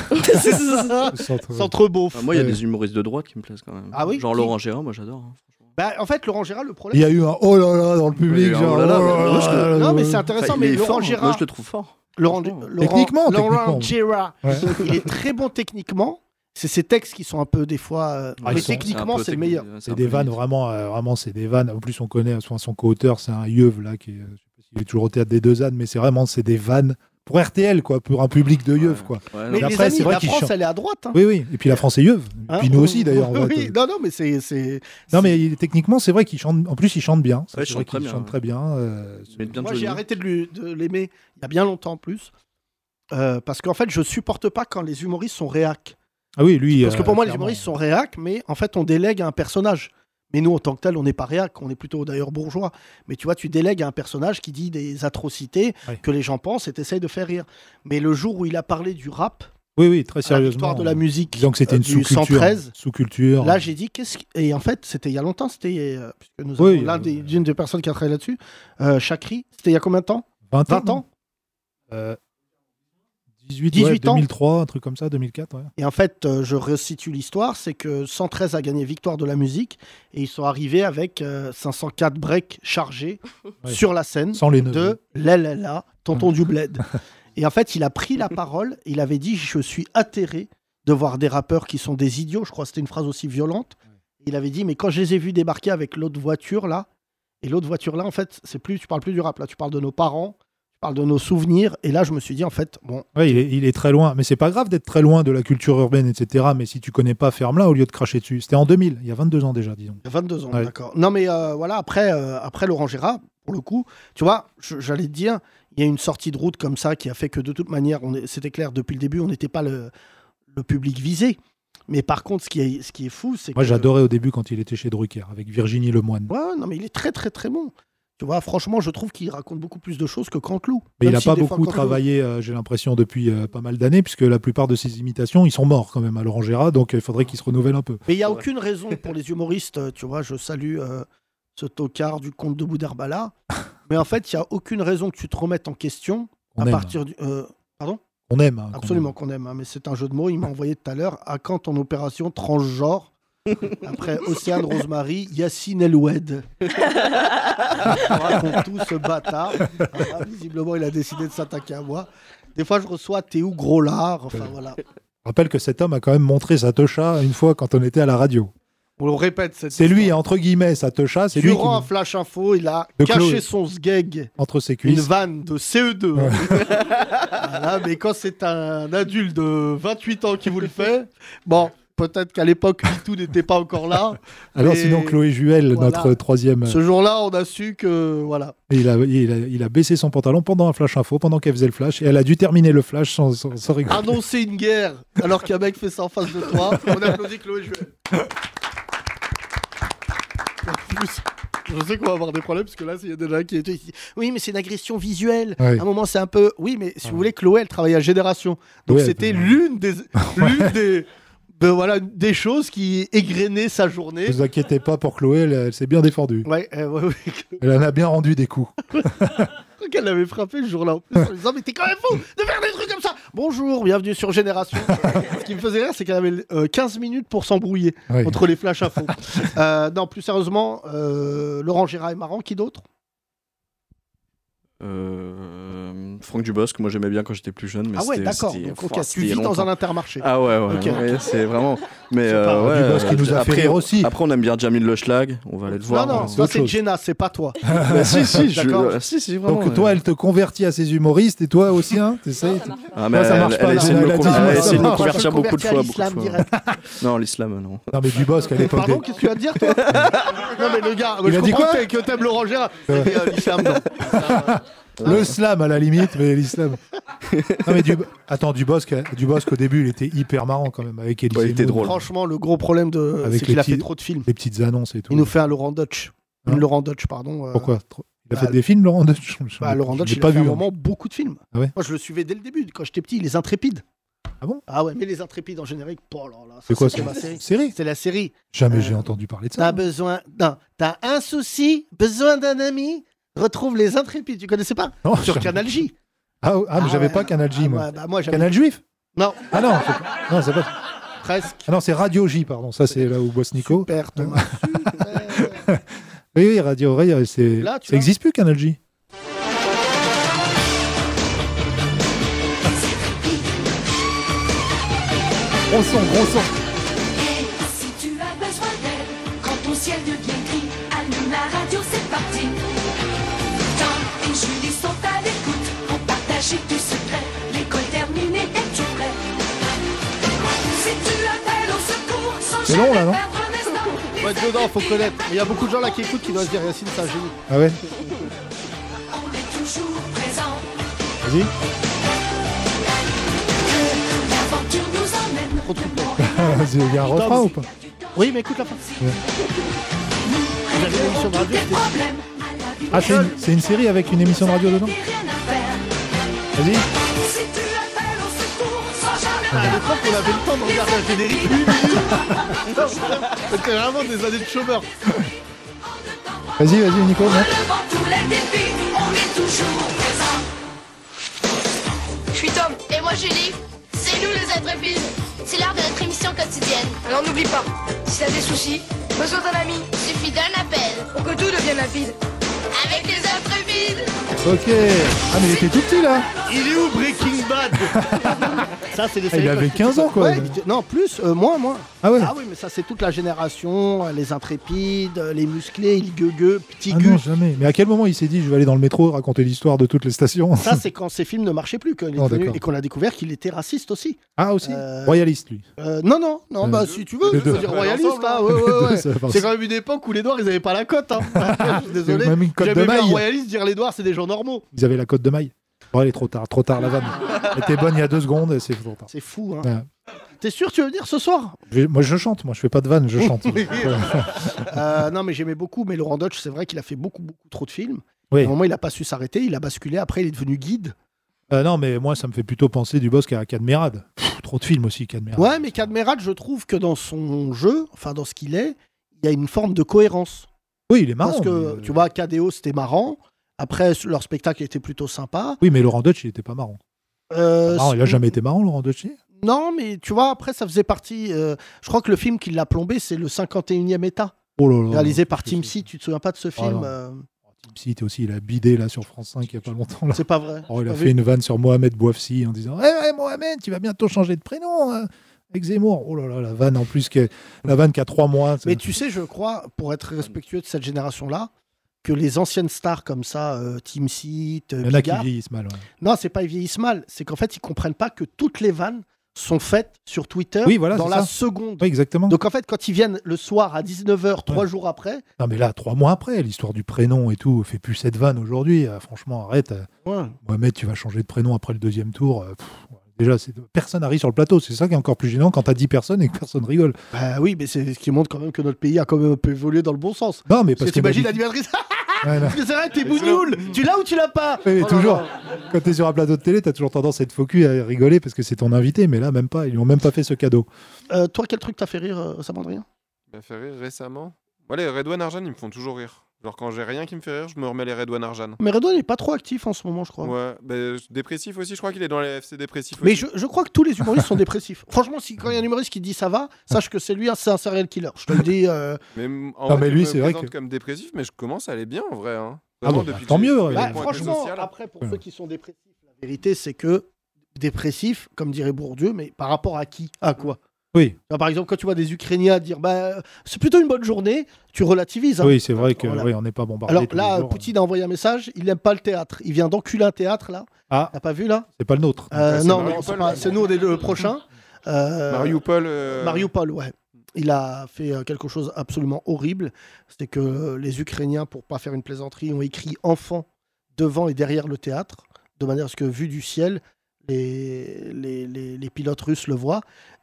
centre-beauf.
centre-
Enfin, Ah, moi, il y a
Ouais.
des humoristes de droite qui me plaisent quand même.
Ah oui
Genre
Qui
Laurent Gérard, moi j'adore. hein, franchement.
Bah, en fait, Laurent Gérard, le
Il
problème...
y a eu un oh là là dans le public.
Il y a eu un
genre,
oh là là,
oh
mais moi, je
là
te-
là
Non, mais
là
c'est
là.
intéressant,
Enfin, il
mais
est fort,
Laurent
moi,
Gérard...
je le trouve fort.
Laurent,
Franchement.
Laurent-
Techniquement,
Laurent
techniquement.
Gérard,
Ouais.
il est très bon techniquement. C'est ses textes qui sont un peu des fois... euh,
Ah, ils
mais
sont-
techniquement, c'est le meilleur.
C'est des vannes vraiment, euh, vraiment, c'est des vannes. En plus, on connaît souvent son co-auteur, c'est un yeuve là qui est, euh, je sais pas s'il est toujours au théâtre des deux ânes, mais c'est vraiment c'est des vannes pour RTL quoi, pour un public de yeuve quoi.
Ouais,
Mais
après,
non,
les amis,
c'est vrai
la
qu'il
France,
chante.
elle est à droite. hein.
Oui oui. Et puis la France est yeuve. Et puis
Hein
nous aussi d'ailleurs. on va
Oui,
être-
non, non, mais c'est... c'est-
Non mais il- techniquement, c'est vrai qu'il chante. En plus, il chante bien. Ça,
Ouais, il
c'est
chante
vrai
très
qu'il
bien,
chante
ouais.
très bien. euh,
mais bien
Moi,
joli.
j'ai arrêté de lui- de l'aimer il y a bien longtemps en plus. Euh, parce qu'en fait, je supporte pas quand les humoristes sont réac.
Ah oui, lui.
Parce que
euh,
pour moi, les
clairement.
humoristes sont réac, mais en fait, on délègue à un personnage. Mais nous, en tant que tel, on n'est pas réac, on est plutôt d'ailleurs bourgeois. Mais tu vois, tu délègues à un personnage qui dit des atrocités
Ouais.
que les gens pensent et t'essayes de faire rire. Mais le jour où il a parlé du rap,
Oui, oui, très
à la
sérieusement.
victoire de la musique,
Disons que c'était
euh,
une
du
sous-culture.
113,
Sous-culture.
Là, j'ai dit qu'est-ce qui- et en fait, c'était il y a longtemps, c'était euh, puisque nous
Oui,
avons l'un
euh,
des, d'une des personnes qui a travaillé là-dessus, euh, Chakri, c'était il y a combien de temps
20,
20 ans.
Euh, 18,
18
ouais,
ans.
2003, un truc comme ça, 2004. Ouais.
Et en fait, euh, je resitue l'histoire, c'est que 113 a gagné victoire de la musique et ils sont arrivés avec euh, 504 breaks chargés
Ouais.
sur la scène
Sans les neveux.
de
Hum.
Lelala, tonton du bled. Et en fait, il a pris la parole, il avait dit je suis atterré de voir des rappeurs qui sont des idiots, je crois que c'était une phrase aussi violente. Il avait dit mais quand je les ai vus débarquer avec l'autre voiture là, et l'autre voiture là en fait, c'est plus tu parles plus du rap là, tu parles de nos parents, tu parles de nos souvenirs et là je me suis dit en fait bon
Ouais, il, est, il est très loin. Mais c'est pas grave d'être très loin de la culture urbaine, etc. Mais si tu connais pas, ferme-la au lieu de cracher dessus. C'était en 2000, il y a 22 ans déjà, disons.
Il y a 22 ans,
Ouais.
d'accord. Non, mais euh, voilà, après, euh, après Laurent Gérard, pour le coup, tu vois, je- j'allais te dire, il y a une sortie de route comme ça qui a fait que de toute manière, on est- c'était clair depuis le début, on n'était pas le, le public visé. Mais par contre, ce qui est, ce qui est fou, c'est
Moi,
que.
j'adorais au début quand il était chez Drucker, avec Virginie Lemoine.
Ouais, non, mais il est très, très, très bon. Tu vois, franchement, je trouve qu'il raconte beaucoup plus de choses que Canteloup.
Mais il
Même
n'a
si
pas
des fois,
beaucoup
Canteloup-
travaillé, euh, j'ai l'impression, depuis euh, pas mal d'années, puisque la plupart de ses imitations, ils sont morts quand même à Laurent Gérard, donc il faudrait qu'il se renouvelle un peu.
Mais il n'y a
Ouais.
aucune raison pour les humoristes. euh, Tu vois, je salue euh, ce tocard du conte de Boudarbala. mais en fait, il n'y a aucune raison que tu te remettes en question
On
à
aime.
partir du. euh, pardon
On aime. hein, qu'on
Absolument
aime.
qu'on aime, hein, mais c'est un jeu de mots. Il m'a envoyé tout à l'heure à quand ton opération transgenre après Océane Rosemary, Yacine Eloued. On raconte tout ce bâtard. Ah, visiblement, il a décidé de s'attaquer à moi. Des fois, je reçois Théo Groslard. Enfin, voilà.
Je rappelle que cet homme a quand même montré sa techa une fois quand on était à la radio.
On le répète. cette
C'est lui,
histoire.
entre guillemets, sa techa, c'est lui qui,
Durant un flash info, il a
De
caché
Chloé.
son sgeg.
entre ses
Une
cuisses.
vanne de CE2. Voilà, mais quand c'est un adulte de 28 ans qui vous le fait, bon, peut-être qu'à l'époque, tout n'était pas encore là.
Alors
mais-
sinon, Chloé Juel,
Voilà.
notre troisième,
Ce jour-là, on a su que voilà.
il a, il, a, il a baissé son pantalon pendant un flash info, pendant qu'elle faisait le flash, et elle a dû terminer le flash sans, sans, sans rigoler.
Annoncer une guerre alors qu'un mec fait ça en face de toi. On applaudit Chloé Juel. En plus, Je sais qu'on va avoir des problèmes parce que là, il y a déjà un qui est. Oui, mais c'est une agression visuelle.
Ouais.
À un moment, c'est un peu. Oui, mais si vous voulez, Chloé, elle travaillait à Génération. Donc
Ouais,
c'était
elle peut-
l'une des. l'une des. de- voilà, des choses qui égrenaient sa journée.
Ne vous inquiétez pas pour Chloé, elle, elle s'est bien défendue.
Ouais, euh, ouais, ouais.
Elle en a bien rendu des coups.
truc qu'elle avait frappé le jour-là en plus en lui disant mais t'es quand même fou de faire des trucs comme ça bonjour bienvenue sur Génération ce qui me faisait rire c'est qu'elle avait euh, 15 minutes pour s'embrouiller
Ouais.
entre les flashs infos euh, non plus sérieusement euh, Laurent Gérard est marrant qui d'autre
Euh, Franck Dubosc, moi j'aimais bien quand j'étais plus jeune. Mais
ah ouais
c'était-
d'accord
c'était-
donc
Pouah,
ok, tu
c'était
vis dans
longtemps.
un intermarché
Ah ouais, ouais,
Ok.
ouais, c'est vraiment. Mais
C'est pas
euh, ouais,
Dubosc qui
euh,
nous a fait
après,
rire aussi.
Après, on aime bien Jamil Le Schlag, on va aller le voir.
non non
hein.
toi
autre
c'est
chose.
Jenna c'est pas toi
Bah, si, si, je-
D'accord.
si, si, vraiment.
euh,
Donc toi, elle te convertit à ses humoristes, et toi aussi, hein, t'essayes
Ah, mais
Non, ça
elle-
marche
elle
pas,
a essayé de
non,
me
elle a dit,
conver- euh,
non,
elle a
ça
essayé de me
marche.
convertir
Je me
beaucoup de
convertis à
fois. beaucoup de
l'islam
fois.
direct.
Non, l'islam, non.
Non, mais Dubosc à l'époque.
pardon
des-
qu'est-ce que tu vas dire toi non mais le gars
Il
je
a dit
comprends
quoi
que t'aies- que t'aimes Laurent Gérard
Ouais.
mais, euh, l'islam, non.
Le slam à la limite, mais l'islam. non, mais Dub- Attends, Dubosc, euh, Dubosc au début, il était hyper marrant quand même avec Elie
Ouais, il était
Semoun.
drôle.
franchement le gros problème de
Avec
c'est qu'il
les
a fait
petits-
trop de films
Les petites annonces et tout.
il nous fait un Laurent Dutch
Hein
Une Laurent Dutch pardon euh,
Pourquoi Trop- Il a
bah,
fait des films, Laurent Dutch Je- je-
Bah, Laurent
je
Dutch,
l'ai
il a
pas
fait
vu.
un
hein.
moment beaucoup de films.
Ah ouais
Moi, je le suivais dès le début, quand j'étais petit, Les Intrépides.
Ah bon
Ah ouais, mais Les Intrépides en générique, oh là là, ça,
C'est quoi
c'était
C'est
ma
une
série.
série
C'est la série.
Jamais
Euh,
j'ai entendu parler de
T'as
ça.
besoin. Non, t'as un souci, besoin d'un ami, retrouve Les Intrépides. Tu connaissais pas
Non,
Sur
jamais.
Canal J.
Ah, ah, mais
Ah
j'avais
ouais,
pas Canal J,
Ah
moi.
ouais, bah, moi, j'avais
Canal Juif
Non.
Ah non, c'est pas- non, c'est pas-
presque.
ah non, c'est Radio J, pardon. Ça, c'est là où bosse Nico.
Super, Thomas. super.
Oui, oui, Radio Ray, c'est.
Là, tu
Ça
vois.
existe plus, Canal J.
Gros son, gros son.
Si tu as besoin d'aide, quand ton ciel devient gris, allume la radio, c'est parti. Tom et Julie sont à l'écoute pour partager tes secrets. L'école terminée, es-tu prêt Si tu appelles au secours, sans
C'est long,
jamais
là, non
perdre un instant.
Ouais, dedans, faut connaître. Mais il y a beaucoup de gens là qui écoutent qui doivent se dire Yacine, c'est un génie.
Ah ouais
On est toujours présent.
Vas-y.
L'aventure nous emmène.
Vas-y, Il y a un refrain ou pas
Oui, mais écoute la fin. vous avez une émission de radio, c'était-
Ah, c'est une, c'est une série avec une émission de radio dedans Vas-y.
À
l'époque, on avait le temps de regarder un générique. C'était vraiment des années de chômeur.
Vas-y, vas-y, Nico. monte.
Devant tous les défis, on est toujours présent.
Je suis Tom. Et moi Julie. C'est nous les intrépides. C'est l'art de notre émission quotidienne.
Alors n'oublie pas, si t'as des soucis, besoin d'un ami,
Suffit d'un appel.
pour que tout devienne rapide.
Avec les intrépides.
Ok. Ah, mais il était tout petit là.
Il est où Breaking Bad
Ça, c'est des
Ah, il
séries
avait
classiques.
15 ans, quoi.
Ouais, il était- non, plus, euh, moins, moins.
Ah ouais.
Ah oui, mais ça, c'est toute la génération, euh, les intrépides, euh, les musclés, les gueugueux, petit
Ah
gus.
non, jamais. Mais à quel moment il s'est dit, je vais aller dans le métro raconter l'histoire de toutes les stations
Ça, c'est quand ces films ne marchaient plus qu'il est
Oh,
devenu-
d'accord.
et qu'on a découvert qu'il était raciste aussi.
Ah, aussi
Euh,
Royaliste, lui.
Euh, non, non, non,
Les
bah
deux.
si tu veux,
Les
je peux
deux.
dire
Ouais,
royaliste.
l'ensemble,
hein,
hein.
ouais, ouais, ouais.
Ça va,
C'est quand même une époque où les Noirs, ils n'avaient pas la cote. Hein. Je suis Désolé.
Même une cote
J'ai
de
jamais vu un
maille.
royaliste dire les Noirs, c'est des gens normaux.
Ils avaient la cote de maille. Bon, elle est trop tard, trop tard la vanne. Elle était bonne il y a deux secondes et c'est trop tard.
C'est fou. Hein.
Ouais.
T'es sûr, tu veux venir ce soir
Je vais- moi je chante, moi je fais pas de vanne, je chante.
Euh, Non, mais j'aimais beaucoup. Mais Laurent Dodge, c'est vrai qu'il a fait beaucoup, beaucoup trop de films.
Oui.
À un moment, il a pas su s'arrêter. Il a basculé. Après, il est devenu guide.
Euh, non, mais moi ça me fait plutôt penser du boss à Cadmerade. Pff, Trop de films aussi, Cadmerade.
Ouais, mais Cadmerat, je trouve que dans son jeu, enfin dans ce qu'il est, il y a une forme de cohérence.
Oui, il est marrant.
Parce que,
mais- euh,
tu vois, KDO, c'était marrant. Après, leur spectacle était plutôt sympa.
Oui, mais Laurent Dutch, il était pas marrant.
Euh,
Non, il a
c'est-
jamais été marrant, Laurent Dutch. si
Non, mais tu vois, après, ça faisait partie. euh, je crois que le film qui l'a plombé, c'est le 51e État,
Oh là là.
réalisé par
qu'est-ce que
Tim
c'est
C.
Ah,
Tu te souviens pas de ce
non.
film euh,
Tim Seat aussi, il a bidé là sur France 5 il y a pas longtemps. là.
C'est pas vrai. Ah,
Oh, il
J'ai
a
pas
fait
vu.
une vanne sur Mohamed Bouafsi en disant Eh ouais, Mohamed, tu vas bientôt changer de prénom hein, avec Zemmour. Oh là là, la vanne en plus, qui est- la vanne qui a trois mois. c'est-
Mais tu sais, je crois, pour être respectueux de cette génération-là, que les anciennes stars comme ça, euh, Tim Seat, euh,
Il y en a qui
Bigard,
vieillissent mal. ouais.
Non, c'est pas ils vieillissent mal. C'est qu'en fait, ils comprennent pas que toutes les vannes sont faites sur Twitter
Oui, voilà,
dans
c'est
la
ça.
seconde.
Oui, exactement.
Donc en fait, quand ils viennent le soir à 19h, trois jours après,
Non, mais là, trois mois après, l'histoire du prénom et tout, fait plus cette vanne aujourd'hui. euh, franchement, arrête. euh, Mohamed, tu vas changer de prénom après le deuxième tour. euh, pff, ouais. déjà, c'est- personne n'arrive sur le plateau. C'est ça qui est encore plus gênant quand t'as 10 personnes et que personne rigole.
bah oui, mais c'est ce qui montre quand même que notre pays a quand même un peu évolué dans le bon sens.
Non, mais
Parce
parce
que t'imagines
Malik-
l'animatrice
Ouais, non.
Mais c'est vrai, t'es bougnoule Tu l'as ou tu l'as pas
Oui, mais
Oh là
toujours.
là.
Quand t'es sur un plateau de télé, t'as toujours tendance à être focus, à rigoler parce que c'est ton invité, mais là, même pas. Ils lui ont même pas fait ce cadeau.
Euh, Toi, quel truc t'a fait rire, euh, Samandrien
Il m'a fait rire récemment. Ouais, les Red One Arjan, ils me font toujours rire. Genre, quand j'ai rien qui me fait rire, je me remets les Red One Arjan.
Mais Redouane n'est pas trop actif en ce moment, je crois.
Ouais, bah, euh, dépressif aussi, je crois qu'il est dans les FC dépressif
Mais
aussi.
je, je crois que tous les humoristes sont dépressifs. Franchement, si quand il y a un humoriste qui dit ça va, sache que c'est lui, hein, c'est un serial killer. Je te le dis. euh,
Mais m- en
Non,
vrai,
mais
je
lui,
me
c'est vrai
présente
que-
comme dépressif, mais je commence à aller bien en vrai. hein.
Ah
Vraiment,
bon, bah,
que
tant
j'ai-
mieux,
j'ai
ouais.
bah,
eu le point de vue
franchement,
social.
après, pour
Ouais.
ceux qui sont dépressifs, la vérité, c'est que dépressif, comme dirait Bourdieu, mais par rapport à qui À quoi
Oui.
Tu vois, Par exemple, quand tu vois des Ukrainiens dire bah, euh, c'est plutôt une bonne journée, tu relativises. hein.
Oui, c'est vrai que
Voilà.
oui, on n'est pas bombardé.
Alors
tous les
là,
jours. hein.
Poutine a envoyé un message, il n'aime pas le théâtre. Il vient d'enculer un théâtre, là.
Ah.
T'as pas vu, là
bah, c'est pas le nôtre.
Euh,
c'est
Non,
Mariupol,
non, c'est
là.
pas- c'est nous, on est le prochain. Euh,
Mariupol. euh,
Mariupol, ouais. Il a fait euh, quelque chose absolument horrible. C'est que euh, les Ukrainiens, pour pas faire une plaisanterie, ont écrit enfant devant et derrière le théâtre, de manière à ce que, vu du ciel, les, les, les- les pilotes russes le voient.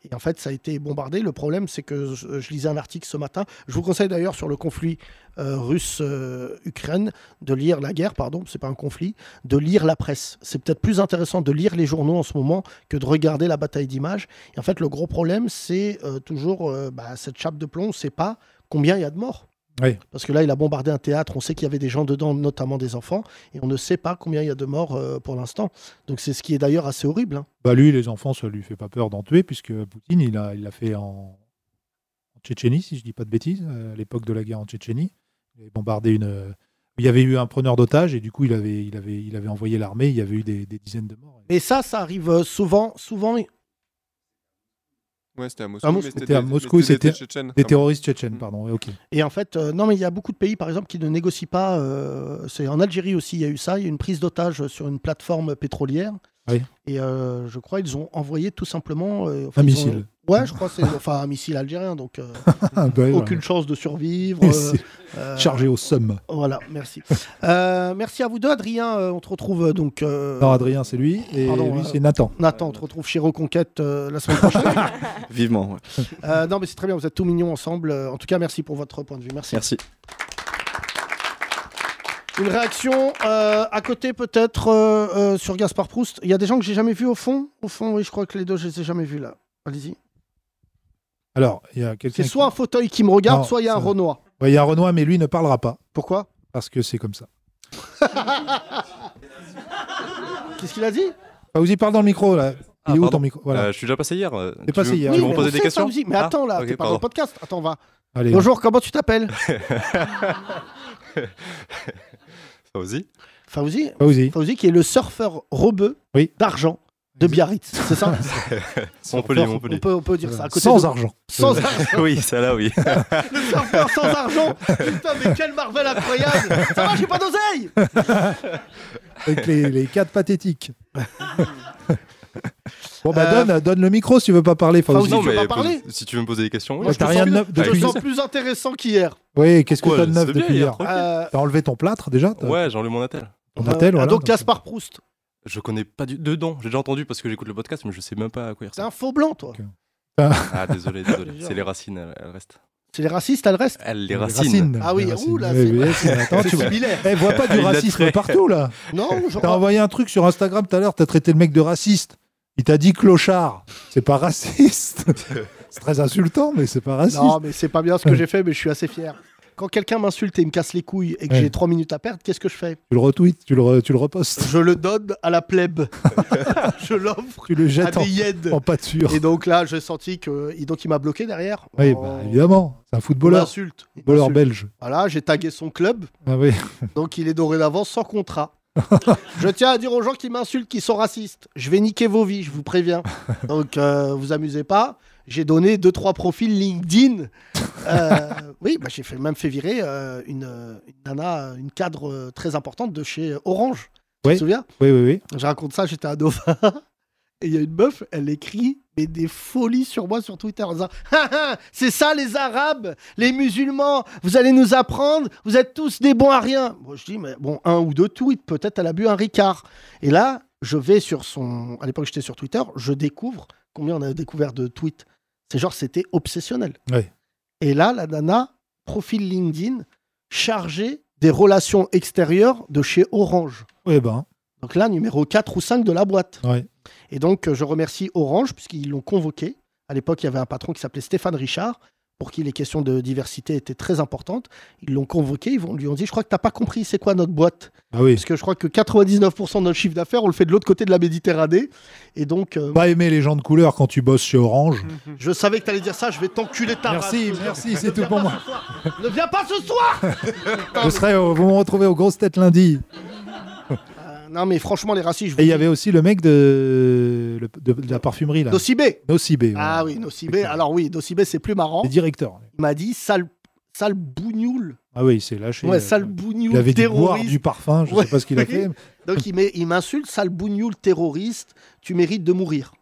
Et en fait, ça a été bombardé. Le problème, c'est que je, je lisais un article ce matin. Je vous conseille d'ailleurs sur le conflit euh, russe-ukraine de lire la guerre, pardon, c'est pas un conflit, de lire la presse. C'est peut-être plus intéressant de lire les journaux en ce moment que de regarder la bataille d'images. Et en fait, le gros problème, c'est euh, toujours euh, bah, cette chape de plomb, on ne sait pas combien il y a de morts.
Oui.
Parce que là, il a bombardé un théâtre, on sait qu'il y avait des gens dedans, notamment des enfants, et on ne sait pas combien il y a de morts euh, pour l'instant. Donc c'est ce qui est d'ailleurs assez horrible. hein.
Bah lui, les enfants, ça lui fait pas peur d'en tuer puisque Poutine, il a, il l'a fait en... en Tchétchénie, si je dis pas de bêtises, euh, à l'époque de la guerre en Tchétchénie. Il avait bombardé une. euh, Il y avait eu un preneur d'otages et du coup, il avait, il avait, il avait envoyé l'armée. Il y avait eu des, des dizaines de morts.
Mais ça, ça arrive euh, souvent, souvent.
Ouais, c'était à Moscou.
À
mais
Moscou.
C'était à
des-
Moscou,
mais
c'était-
des Tchétchènes,
Des
quand même.
terroristes tchétchènes,
Mm.
pardon. ouais, ok.
Et en fait, euh, non, mais il y a beaucoup de pays, par exemple, qui ne négocient pas. euh, c'est en Algérie aussi, il y a eu ça. Il y a eu une prise d'otage sur une plateforme pétrolière.
Oui.
Et euh, je crois ils ont envoyé tout simplement euh, enfin,
Un
ils ont-
missile.
Ouais, je crois c'est enfin un missile algérien, donc euh,
Ah, bah, ouais.
aucune chance de survivre.
Et
euh,
c'est
euh,
Chargé au somme.
Voilà, merci. Euh, merci à vous deux, Adrien. euh, on te retrouve euh, donc. euh,
Alors Adrien, c'est lui et
pardon,
lui,
euh,
c'est Nathan.
Nathan, on te retrouve chez Reconquête euh, la semaine prochaine.
Vivement, ouais.
Euh, non, mais c'est très bien, vous êtes tout mignons ensemble. Euh, En tout cas, merci pour votre point de vue. Merci.
Merci.
Une réaction euh, à côté peut-être euh, euh, sur Gaspard Proust. Il y a des gens que j'ai jamais vus au fond. Au fond, oui, je crois que les deux, je les ai jamais vus là. Allez-y.
Alors, il y a quelqu'un.
C'est
qui-
soit un fauteuil qui me regarde,
Non,
soit il y a un
ça-
Renoir.
Ouais, il y a un Renoir, mais lui ne parlera pas.
Pourquoi
Parce que c'est comme ça.
Qu'est-ce qu'il a dit
Ah, vous y parle dans le micro, là. Il est où ton micro Voilà.
Euh, je suis déjà passé hier. euh,
T'es hein.
tu
passé
veux-
hier.
Tu
Oui,
veux me
mais
poser
on
des
sait ça
questions
aussi, mais
Ah,
attends là,
ok,
t'es pas dans le podcast. Attends, on va.
Allez,
Bonjour, comment tu t'appelles
Ça aussi
Fauzi.
Fauzi.
qui est le surfeur rebeu d'argent de Biarritz. C'est ça
Montpellier,
on,
Montpellier.
peut, on peut dire ça. à côté
Sans
de-
argent.
Sans argent.
oui, ça là, oui.
surfeur sans argent. Putain, mais quel Marvel incroyable. Ça va, j'ai pas d'oseille.
Avec les, les quatre pathétiques. bon, bah,
Euh,
donne, donne le micro si tu veux pas parler, Fauzi.
non,
veux pas
mais
parler
pose- si tu veux me poser des questions, oui.
Moi, je T'as te rien sens de neuf plus-
Avec
depuis-
Je
plaisir.
sens plus intéressant qu'hier.
Oui, qu'est-ce que
Ouais,
t'as de neuf
c'est bien,
depuis
il y a
hier
trois-
Euh,
T'as enlevé ton plâtre déjà T'as-
Ouais, j'ai enlevé mon attel.
Ton
euh,
attel, voilà.
donc Gaspard Proust,
Je connais pas du dedans. J'ai déjà entendu parce que j'écoute le podcast, mais je sais même pas à quoi il
c'est
ressemble.
un faux blanc, toi.
Ah, désolé, désolé. C'est les racines, elles, elles restent.
C'est les racistes, elles restent.
Elles, les
Les
racines.
Ah oui,
les racines.
ouh là,
Ouais,
c'est-
ouais, c'est- attends, tu
c'est
vois.
similaire.
Eh, vois pas du
Il l'a
racisme
trait.
partout là.
Non, je
T'as envoyé un truc sur Instagram tout à l'heure, t'as traité le mec de raciste. Il t'a dit clochard. C'est pas raciste. c'est très insultant, mais c'est pas raciste.
Non, mais c'est pas bien ce que j'ai fait, mais je suis assez fier. Quand quelqu'un m'insulte et me casse les couilles et que
Ouais.
j'ai 3 minutes à perdre, qu'est-ce que je fais
Tu le retweets, tu le, re- tu le repostes.
Je le donne à la plèbe. je l'offre
Tu le
à
jettes en,
des yeds.
en pâture.
Ah, Et donc là, j'ai senti que. et donc il m'a bloqué derrière.
Oui,
Oh,
bah, évidemment. C'est un
il
footballeur.
m'insulte. Il
Footballeur
m'insulte.
belge.
Voilà, j'ai tagué son club,
Ah oui.
donc il est dorénavant sans contrat. je tiens à dire aux gens qui m'insultent qu'ils sont racistes. Je vais niquer vos vies, je vous préviens. Donc euh, vous amusez pas. J'ai donné deux trois profils LinkedIn. Euh, oui, bah, j'ai fait, même fait virer euh, une, euh, une nana, euh, une cadre euh, très importante de chez euh, Orange. Tu
Oui.
te souviens
Oui, oui, oui.
Je raconte ça, j'étais à Dauphin. Et il y a une meuf, elle écrit mais des folies sur moi sur Twitter en disant Ah, ah, C'est ça les Arabes, les musulmans, vous allez nous apprendre, vous êtes tous des bons à rien. Moi je dis Mais bon, un ou deux tweets, peut-être elle a bu un Ricard. Et là, je vais sur son. À l'époque, j'étais sur Twitter, je découvre combien on a découvert de tweets. C'est genre, c'était obsessionnel.
Ouais.
Et là, la nana, profil LinkedIn, chargée des relations extérieures de chez Orange.
Oui, ben.
Donc là, numéro 4 ou 5 de la boîte.
Ouais.
Et donc, euh, je remercie Orange, puisqu'ils l'ont convoqué. À l'époque, il y avait un patron qui s'appelait Stéphane Richard, pour qui les questions de diversité étaient très importantes. Ils l'ont convoqué, ils vont- lui ont dit, je crois que t'as pas compris c'est quoi notre boîte.
Ah oui.
Parce que je crois que 99% de notre chiffre d'affaires, on le fait de l'autre côté de la Méditerranée. Et donc, euh,
Pas aimer les gens de couleur quand tu bosses chez Orange.
je savais que t'allais dire ça, je vais t'enculer ta race.
Merci, merci, c'est tout pour moi.
Ne viens pas ce soir
Je serai au- vous me retrouvez aux grosses têtes lundi.
Euh, Non mais franchement, les racistes, je vous
Et il y
dis,
avait aussi le mec de, le- de- de la parfumerie, là.
Nocibé.
Nocibé. voilà.
Ah oui, Nocibé. Alors oui, Nocibé, c'est plus marrant.
Les directeurs.
Il m'a dit, sale, sale bougnoule.
Ah oui, il s'est lâché.
Ouais,
euh,
sale
il
bougnoule
avait dû boire
terroriste.
du parfum, je
Ouais,
sais pas ce qu'il a
oui.
fait.
Donc il m'est- il m'insulte, sale bougnoule terroriste, tu mérites de mourir.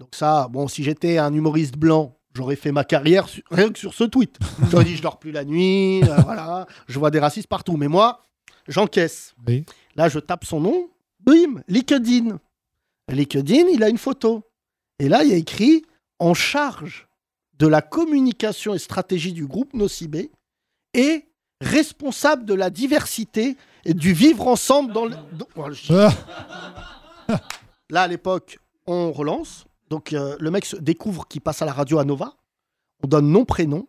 Donc ça, bon, si j'étais un humoriste blanc, j'aurais fait ma carrière su- rien que sur ce tweet. J'aurais dit, je dors plus la nuit, euh, voilà, je vois des racistes partout. Mais moi, j'encaisse.
Oui.
Là, je tape son nom, bim, LinkedIn. LinkedIn, il a une photo. Et là, il y a écrit en charge de la communication et stratégie du groupe Nocibé et responsable de la diversité et du vivre ensemble dans le... dans- Oh, je-
Ah,
Là, à l'époque, on relance. Donc, euh, le mec se découvre qu'il passe à la radio à Nova. On donne nom, prénom.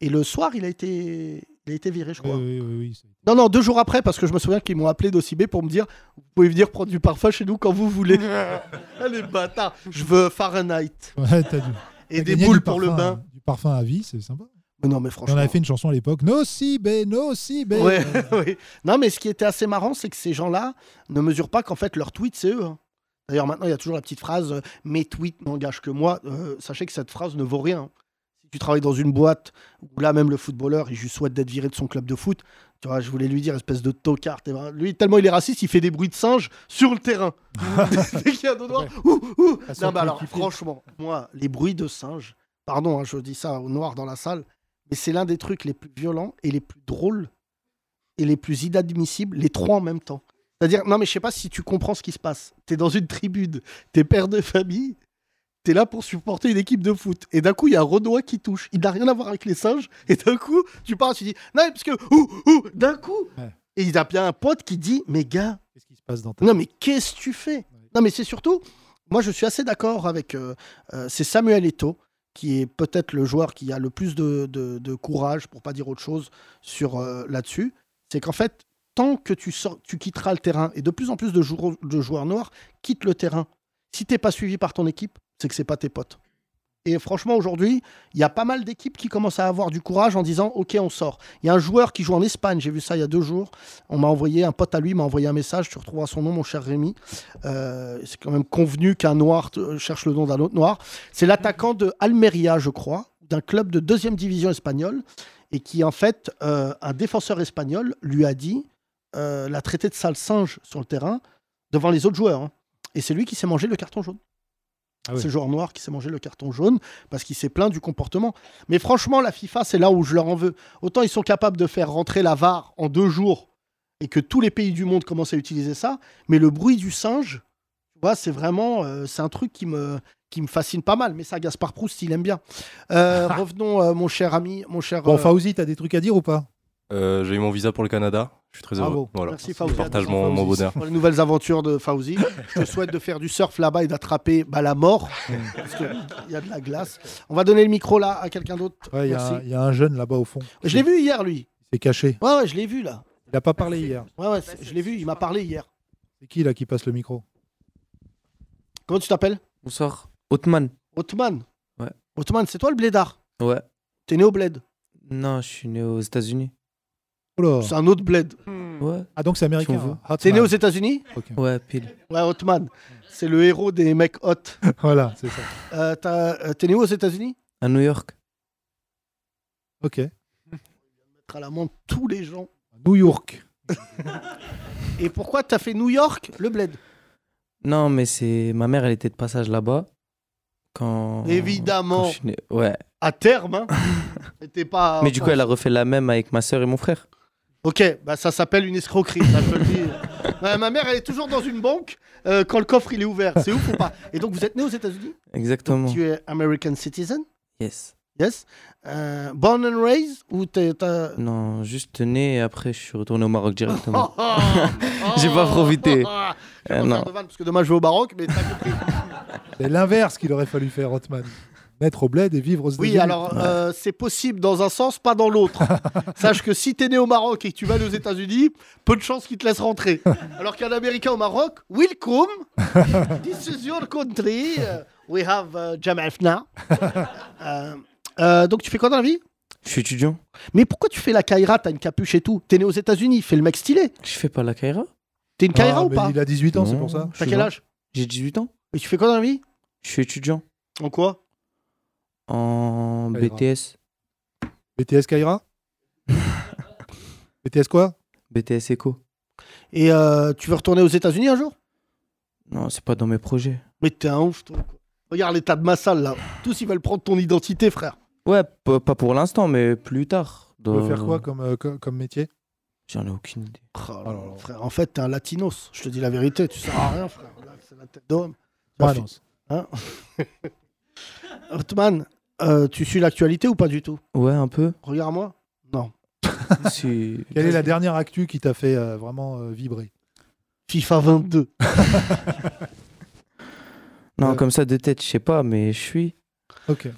Et le soir, il a été, il a été viré, je
oui,
crois.
oui, oui, oui, c'est-
Non, non, deux jours après, parce que je me souviens qu'ils m'ont appelé d'Ossibé pour me dire Vous pouvez venir prendre du parfum chez nous quand vous voulez. Ah, Les bâtards Je veux Fahrenheit
Ouais, t'as dû-
et
t'as
des
gagné
boules
du
pour le
parfum,
bain.
euh, Du parfum à vie, c'est sympa.
Mais non, mais
On
franchement.
avait fait euh, une chanson à l'époque. Nocibé, Nocibé.
Ouais, ouais. Non, mais ce qui était assez marrant, c'est que ces gens-là ne mesurent pas qu'en fait leur tweet, c'est eux. hein. D'ailleurs, maintenant, il y a toujours la petite phrase euh, Mes tweets n'engagent que moi. Euh, sachez que cette phrase ne vaut rien. Si tu travailles dans une boîte où là, même le footballeur, il juste souhaite d'être viré de son club de foot, tu vois, je voulais lui dire, espèce de tocard. t'es vrai- Lui, tellement il est raciste, il fait des bruits de singe sur le terrain. Dès qu'il y a un dos noir, ouh, ouh.
À son
Non, mais alors,
coéquipier.
franchement, moi, les bruits de singe, pardon, hein, je dis ça au noir dans la salle, mais c'est l'un des trucs les plus violents et les plus drôles et les plus inadmissibles, les trois en même temps. C'est-à-dire, non, mais je sais pas si tu comprends ce qui se passe. T'es dans une tribune, t'es père de famille, t'es là pour supporter une équipe de foot. Et d'un coup, il y a un Renoir qui touche. Il n'a rien à voir avec les singes. Et d'un coup, tu parles, tu dis, non, mais parce que, ouh, ouh, d'un coup,
Ouais.
Et il a bien un pote qui dit Mais gars,
passe dans
non, mais qu'est-ce que tu fais Non, mais c'est surtout, moi je suis assez d'accord avec. euh, euh, c'est Samuel Eto, qui est peut-être le joueur qui a le plus de, de- de courage, pour pas dire autre chose, sur euh, là-dessus. C'est qu'en fait, tant que tu, sors- tu quitteras le terrain, et de plus en plus de, jou- de joueurs noirs quittent le terrain, si t'es pas suivi par ton équipe, c'est que c'est pas tes potes. Et franchement, aujourd'hui, il y a pas mal d'équipes qui commencent à avoir du courage en disant Ok, on sort. Il y a un joueur qui joue en Espagne, j'ai vu ça il y a deux jours. On m'a envoyé, un pote à lui m'a envoyé un message, tu retrouveras son nom, mon cher Rémi. Euh, c'est quand même convenu qu'un noir euh, cherche le nom d'un autre noir. C'est l'attaquant de Almeria, je crois, d'un club de deuxième division espagnole, et qui, en fait, euh, un défenseur espagnol lui a dit euh, l'a traité de sale singe sur le terrain devant les autres joueurs. hein. Et c'est lui qui s'est mangé le carton jaune. C'est le joueur noir qui s'est mangé le carton jaune parce qu'il s'est plaint du comportement. Mais franchement, la FIFA, c'est là où je leur en veux. Autant ils sont capables de faire rentrer la VAR en deux jours et que tous les pays du monde commencent à utiliser ça, mais le bruit du singe, tu vois, c'est vraiment, euh, c'est un truc qui me, qui me fascine pas mal. Mais ça, Gaspard Proust, il aime bien. Euh, revenons, euh, mon cher ami, mon cher.
Bon,
euh,
Fauzi, t'as des trucs à dire ou pas
Euh, J'ai eu mon visa pour le Canada. Je suis
Ah
très heureux.
Bravo.
Voilà.
Merci
Je
Fauzi.
partage
Attention,
mon, mon
Fauzi,
bonheur.
pour les nouvelles aventures de Fauzi. Je te souhaite de faire du surf là-bas et d'attraper bah, la mort. parce qu'il y a de la glace. On va donner le micro là à quelqu'un d'autre.
Ouais, il y, a
Merci.
un- il y a un jeune là-bas au fond.
Je l'ai vu hier, lui.
C'est caché.
Ouais, ouais, je l'ai vu là.
Il n'a pas parlé hier.
Ouais, ouais, c'est- je l'ai vu, il m'a parlé hier.
C'est qui là qui passe le micro
Comment tu t'appelles
Bonsoir. Othman.
Othman.
Ouais.
Othman, c'est toi le blédard
Ouais.
T'es né au bled
Non, je suis né aux États-Unis.
C'est un autre bled.
Ouais.
Ah, donc c'est américain,
Si on veut.
hein. Hotman.
T'es né aux États-Unis
Ouais, pile.
Ouais, Othman. C'est le héros des mecs hot.
voilà, c'est ça.
Euh, t'as- euh, T'es né où aux États-Unis
À New York.
Ok.
Mettre à l'amende tous les gens.
New York.
Et pourquoi t'as fait New York, le bled
Non, mais c'est. Ma mère, elle était de passage là-bas. Quand.
Évidemment.
quand je suis né- Ouais.
À terme, hein Et t'es pas.
Mais du coup, elle a refait la même avec ma soeur et mon frère.
Ok, bah ça s'appelle une escroquerie, ça je te le dis. Ouais, ma mère, elle est toujours dans une banque euh, quand le coffre il est ouvert. C'est ouf ou pas Et donc vous êtes né aux États-Unis
Exactement.
Tu es American citizen
Yes.
Yes. Euh, born and raised ou t'es- t'as-
Non, juste né et après, je suis retourné au Maroc directement.
J'ai
J'ai pas profité.
Je vais
Euh,
pas
non.
faire de vanne, parce que demain je vais au Maroc, mais t'as compris.
C'est l'inverse qu'il aurait fallu faire, Hotman. Naître au bled et vivre aux
Oui,
États-Unis.
alors euh, c'est possible dans un sens, pas dans l'autre. Sache que si t'es né au Maroc et que tu vas aller aux États-Unis, peu de chances qu'ils te laissent rentrer. Alors qu'un Américain au Maroc, welcome, this is your country, euh, we have euh, Jamal Fna. Euh, euh, donc tu fais quoi dans la vie
Je suis étudiant.
Mais pourquoi tu fais la Kaira T'as une capuche et tout. T'es né aux États-Unis, fais le mec stylé.
Je fais pas la Kaira.
T'es une Kaira ou pas
Ah, Il a 18 ans, c'est
Non,
pour ça.
je
T'as
suis
quel
loin.
âge
J'ai 18 ans.
Et tu fais quoi dans la vie
Je suis étudiant.
En quoi
En
Kaira.
BTS.
BTS Kaira BTS quoi
BTS Eco.
Et euh, tu veux retourner aux États-Unis un jour
Non, c'est pas dans mes projets.
Mais t'es un ouf, toi. quoi. Regarde l'état de ma salle là. Tous ils veulent prendre ton identité, frère.
Ouais, p- pas pour l'instant, mais plus tard.
Tu
Dans-
veux faire quoi comme, euh, co- comme métier
J'en ai aucune idée.
Oh là là, frère, en fait, t'es un latinos. Je te dis la vérité, tu sers à rien, frère. Là, C'est la tête d'homme.
Ouais,
Fi-
non, c'est-
Hein Othman, euh, tu suis l'actualité ou pas du tout
Ouais, un peu.
Regarde-moi. Non.
Si-
Quelle est la dernière actu qui t'a fait euh, vraiment euh, vibrer
FIFA 22.
Non, comme ça de tête, je sais pas, mais je suis.
Ok.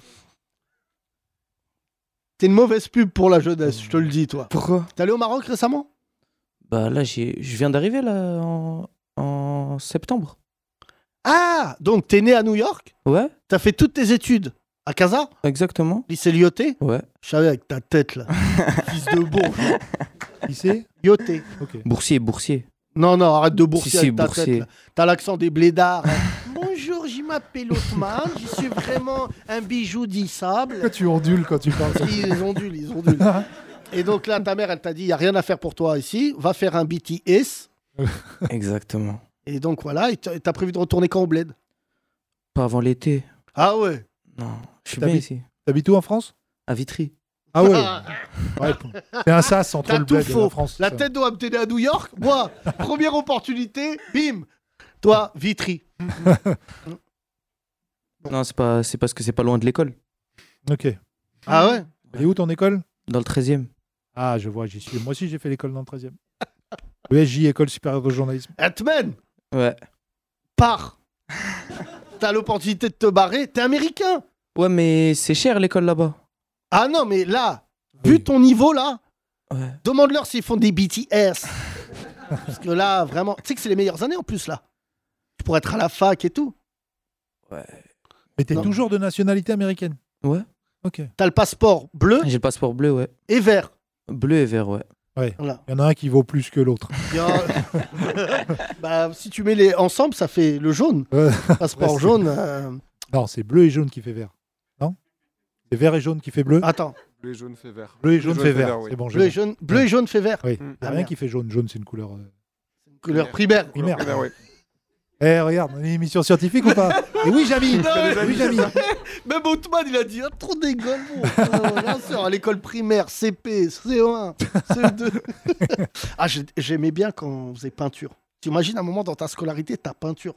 T'es une mauvaise pub pour la jeunesse, je te le dis, toi.
Pourquoi
T'es allé au Maroc récemment
Bah là, j'ai- je viens d'arriver là en... en septembre.
Ah Donc, t'es né à New York
Ouais,
T'as fait toutes tes études à Casa
exactement.
Lycée Lyoté
Ouais.
Je savais avec ta tête, là. Fils de bourge. hein.
Lycée
Lyoté.
Ok.
Boursier, boursier.
Non, non, arrête de boursier
Si, si,
avec ta
boursier.
tête. là. T'as l'accent des blédards. hein. Bonjour, je m'appelle Othman. Je suis vraiment un bijou
Pourquoi
d'issable.
tu ondules quand tu parles
Ils ondulent, ils ondulent. Et donc là, ta mère, elle t'a dit, il n'y a rien à faire pour toi ici. Va faire un BTS.
Exactement.
Et donc voilà, et t'as et t'as prévu de retourner quand au bled
Pas avant l'été.
Ah ouais
Non, je suis bien
T'habites-
ici.
T'habites où en France
À Vitry.
Ah ouais. ouais C'est un sas entre
T'as
le
tout
bled et
faux.
la France.
La
ça.
tête d'homme, t'es né à New York. Moi, première opportunité, bim. Toi, Vitry.
Non, c'est pas, c'est parce que c'est pas loin de l'école.
Ok.
Ah ouais
Elle est où ton école
Dans le 13e.
Ah, je vois, j'y suis. Moi aussi, j'ai fait l'école dans le 13e. ESJ, École supérieure de journalisme.
Atman
Ouais.
Pars T'as l'opportunité de te barrer, t'es américain
Ouais, mais c'est cher l'école là-bas.
Ah non, mais là, vu ton niveau là, demande-leur s'ils font des BTS. Parce que là, vraiment, tu sais que c'est les meilleures années en plus là. Tu pourrais être à la fac et tout.
Ouais.
Mais t'es toujours de nationalité américaine.
Ouais.
Ok.
T'as le passeport bleu
J'ai le passeport bleu, ouais.
Et vert
Bleu et vert, ouais.
Ouais. Il y en a un qui vaut plus que l'autre.
Bien. bah, si tu mets les ensemble, ça fait le jaune. Passeport
Ouais, c'est-
jaune. euh,
Non, c'est bleu et jaune qui fait vert. Non C'est vert et jaune qui fait bleu
Attends.
Bleu et jaune fait vert.
Bleu et jaune fait vert. C'est bon, j'ai
bleu, et
bon.
jaune, bleu et jaune fait vert.
Oui. Y a
Ah,
rien
merde.
qui fait jaune. Jaune, c'est une couleur. euh,
Couleur primaire.
Primaire.
ben
Eh, regarde, on a une émission scientifique ou pas Et oui, Jamy Oui, Jamy
Même Otman, il a dit ah, trop des gueules, bon. Euh, bien sûr, à l'école primaire, CP, CE1, CE2. ah, j'ai- j'aimais bien quand on faisait peinture. T'imagines un moment dans ta scolarité, ta peinture.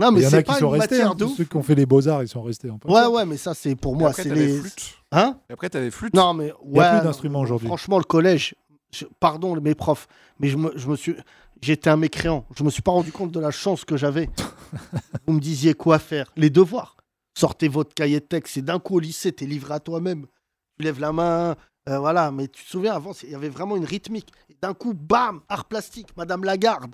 non, mais
Il y en
c'est
a qui
pas
sont
une
restés.
matière
hein,
de
tous
ouf.
ceux qui ont fait les beaux-arts, ils sont restés. En
Ouais, ouais, mais ça, c'est pour moi.
après,
C'est
t'avais
les.
flûte.
Hein
Et après, t'avais flûte.
Non, mais
Il y
ouais.
a plus
non,
d'instruments aujourd'hui.
Franchement, le collège, je- pardon mes profs, mais je me, je me suis, j'étais un mécréant. Je me suis pas rendu compte de la chance que j'avais. Vous me disiez quoi faire, les devoirs. Sortez votre cahier de texte et d'un coup au lycée, t'es livré à toi-même. Tu lèves la main, euh, voilà. Mais tu te souviens avant, c'est- il y avait vraiment une rythmique. Et d'un coup, bam, art plastique, Madame Lagarde.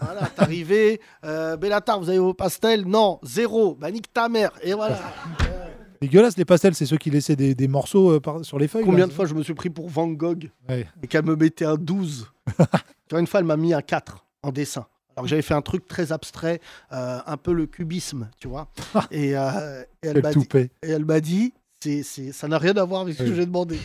Voilà, t'arrivais. Euh, Bellatar, vous avez vos pastels Non, zéro. Bah nique ta mère. Et voilà.
Dégueulasse, les pastels, c'est ceux qui laissaient des, des morceaux euh, par- sur les feuilles.
Combien
là,
de fois je me suis pris pour Van Gogh
Ouais.
et qu'elle me mettait un 12 Tu vois, Une fois, elle m'a mis un 4 en dessin. Alors que j'avais fait un truc très abstrait, euh, un peu le cubisme, tu vois.
Ah.
Et, euh, et elle
Quel
m'a dit,
toupet.
et elle m'a dit c'est, c'est- ça n'a rien à voir avec ce que
Oui.
j'ai demandé.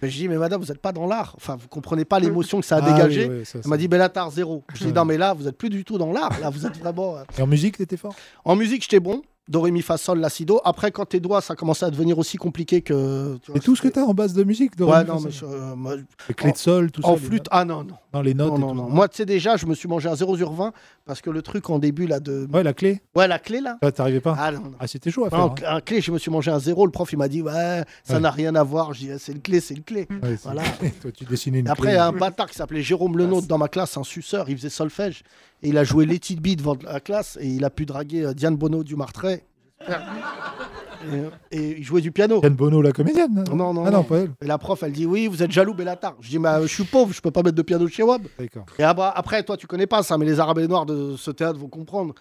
Mais je dis, mais madame, vous n'êtes pas dans l'art. Enfin, vous comprenez pas l'émotion que ça a
Ah oui,
dégagé.
oui, ça,
elle m'a dit, Bellatar, zéro. Je dis, non, mais là, vous n'êtes plus du tout dans l'art. Là, vous êtes vraiment. euh,
Et en musique, t'étais fort
en musique, j'étais bon. Do, ré, mi, fa, sol, la, si, do. Après, quand tes doigts, ça commençait à devenir aussi compliqué que. tu vois,
Et tout ce que t'as en base de musique
Ouais, non, mais je- euh, moi,
Les clés de sol, tout ça.
en
les
flûte,
notes.
ah non, non.
Dans les notes.
Non,
et
non,
tout.
non. Moi, tu sais, déjà, je me suis mangé à 0 sur 20 parce que le truc en début, là, de.
Ouais, la clé
Ouais, la clé, là.
Ah, T'arrivais pas
Ah, non, non.
Ah, c'était chaud à faire.
Non,
hein.
un clé, je me suis mangé un 0. Le prof, il m'a dit, ouais, ça
Ouais.
n'a rien à voir. Je dis, Ah, c'est le clé, c'est le clé.
Ouais, c'est-
voilà.
Toi, tu dessinais une
Après,
clé.
un bâtard qui s'appelait Jérôme Lenôtre dans ma classe, un suceur, il faisait solfège. Et il a joué les petites billes devant la classe et il a pu draguer euh, Diane Bono du Martret. Et, et il jouait du piano.
Diane Bono, la comédienne
Non, non.
Ah non, pas elle.
Et la prof, elle dit Oui, vous êtes jaloux, Bellatar. Je dis Mais euh, je suis pauvre, je peux pas mettre de piano chez Wab.
D'accord.
Et ah bah, après, toi, tu connais pas ça, mais les Arabes et les Noirs de ce théâtre vont comprendre.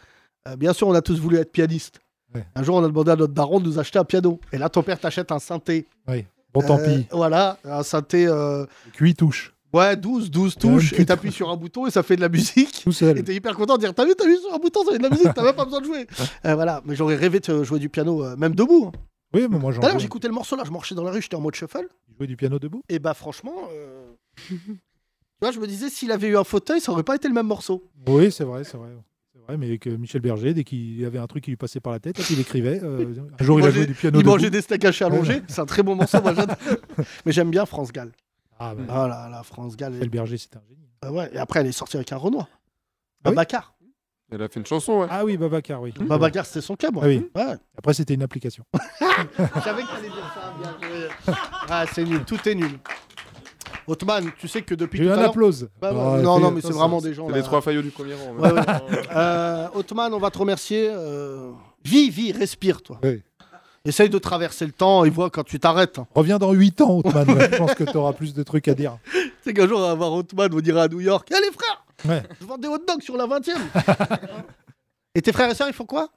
Euh, bien sûr, on a tous voulu être pianiste.
Ouais.
Un jour, on a demandé à notre daron de nous acheter un piano. Et là, ton père t'achète un synthé.
Oui. Bon, Oh, tant
Euh,
pis.
Voilà, un synthé. euh,
8 touches.
Ouais, 12, 12 touches, et t'appuies sur un bouton et ça fait de la musique.
Tout seul.
Et t'es hyper content de dire T'as vu, t'as vu sur un bouton, ça fait de la musique, t'as même pas besoin de jouer. Euh, voilà, mais j'aurais rêvé de euh, jouer du piano, euh, même debout. hein.
Oui, mais moi, j'en
Tout à l'heure,
jouais.
j'écoutais le morceau là, je marchais dans la rue, j'étais en mode shuffle.
Tu jouais du piano debout
Et bah, franchement, euh, tu vois, je me disais S'il avait eu un fauteuil, ça aurait pas été le même morceau.
Oui, c'est vrai, c'est vrai. C'est vrai, mais que Michel Berger, dès qu'il avait un truc qui lui passait par la tête, hop, il écrivait. euh, un jour, il, a
mangeait-
joué du piano.
Il
debout.
mangeait des steaks hachés allongés. C'est un très bon morceau, moi j'adore. Mais j'aime bien France Gall.
Ah, bah,
là là, France Gall.
Michel Berger, c'était un génie.
Ah ouais, Et après, elle est sortie avec un Renoir.
Ah oui
Babacar.
Elle a fait une chanson, ouais.
Ah oui, Babacar, oui.
Babacar, c'était son club.
Ah
ouais.
oui.
Ouais.
Après, c'était une application.
Je savais que t'allais dire ça. bien joué. Ah, c'est nul. Tout est nul. Othman, tu sais que depuis
Il y
tout
a eu
à
un
l'heure...
applause.
Bah ouais,
Ah,
non,
c'est-
non, mais c'est
attention,
vraiment des gens.
C'est
là.
les trois faillots du premier rang.
Ouais, ouais. Euh, Othman, on va te remercier. euh, Vis, vis, respire, toi.
Oui.
Essaye de traverser le temps et vois quand tu t'arrêtes. hein.
Reviens dans 8 ans, Othman. Je pense que tu auras plus de trucs à dire.
C'est qu'un jour, on va avoir Othman, on dira à New York Allez, frère
Ouais.
Je vends des hot dogs sur la 20 e Et tes frères et sœurs, ils font quoi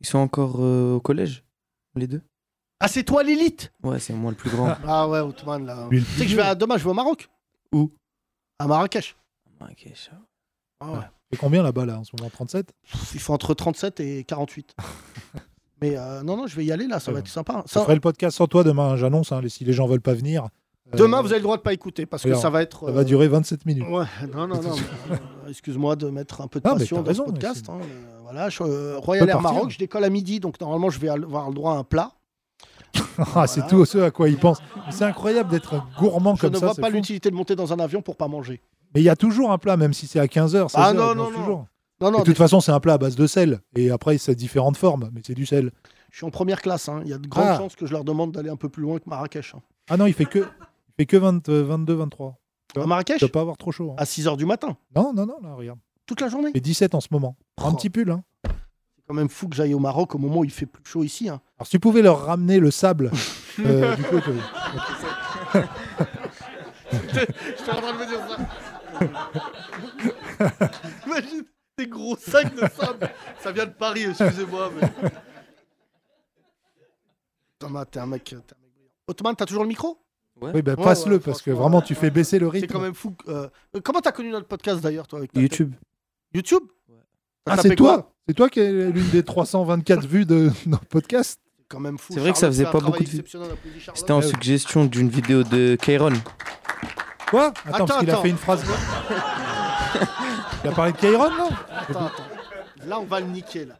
Ils sont encore euh, au collège, les deux
Ah, c'est toi l'élite
Ouais, c'est moi le plus grand.
Ah ouais, Othman, là.
Lui,
Tu
le
sais que je vais à... demain, je vais au Maroc.
Où
À Marrakech.
Marrakech.
Ah ouais.
Et combien là-bas, là, en ce moment 37
Pff, Il faut entre 37 et 48. Mais euh, non, non, je vais y aller, là, ça va être sympa.
Je
Ça-
ferai le podcast sans toi demain, hein, j'annonce. hein, les- si les gens veulent pas venir. euh,
Demain, vous avez le droit de pas écouter parce que
alors,
ça va être.
Ça
euh,
va durer 27 minutes.
Ouais, non, non, non. mais, euh, Excuse-moi de mettre un peu de
Ah, mais
passion
t'as
dans
raison,
ce
mais
podcast.
c'est-
hein, mais, euh, voilà, je, euh, Royal
peut
Air
partir.
Maroc, je décolle à midi, donc normalement, je vais avoir le droit à un plat.
Ah, c'est tout ce à quoi ils pensent. Mais C'est incroyable d'être gourmand
Je
comme
ne
ça.
vois
c'est
pas
fou.
l'utilité de monter dans un avion pour pas manger.
Mais il y a toujours un plat, même si c'est à 15h.
Ah non, non, non.
toujours.
Non, non,
de toute façon, c'est un plat à base de sel. Et après, ça a différentes formes, mais c'est du sel.
je suis en première classe. hein. Il y a de grandes
Ah.
chances que je leur demande d'aller un peu plus loin que Marrakech. hein.
Ah non, il fait que, il fait que 20, euh, 22, 23.
À Marrakech
Tu dois pas avoir trop chaud. hein.
À 6h du matin
Non, non, non, là, regarde.
Toute la journée
Il fait 17 en ce moment. Un petit pull, hein.
C'est quand même fou que j'aille au Maroc au moment où il fait plus chaud ici. hein.
Alors, si tu pouvais leur ramener le sable, euh, du coup, que-
J'étais en train de me dire ça. Imagine des gros sacs de sable. Ça vient de Paris, excusez-moi. Mais...
Thomas, t'es un mec. t'es un mec brillant. Ottoman, t'as toujours le micro
Oui, bah,
Ouais,
passe-le,
ouais,
parce que
franchement,
vraiment, tu fais baisser le
C'est
rythme.
quand même fou. que- euh, euh, Comment t'as connu notre podcast d'ailleurs, toi avec ta
YouTube.
tête YouTube T'as
Ah,
tapé
c'est
quoi
toi C'est toi qui es l'une des 324 vues de nos podcasts
Quand même fou.
C'est vrai que ça
Charlotte
faisait
fait un
pas beaucoup
travail
de.
exceptionnel, applaudis Charlotte.
C'était en suggestion d'une vidéo de Kairon.
Quoi Attends,
Attends,
parce qu'il a
attends.
fait une phrase. Il a parlé de Kairon, non
Attends, attends. Là, on va le niquer, là.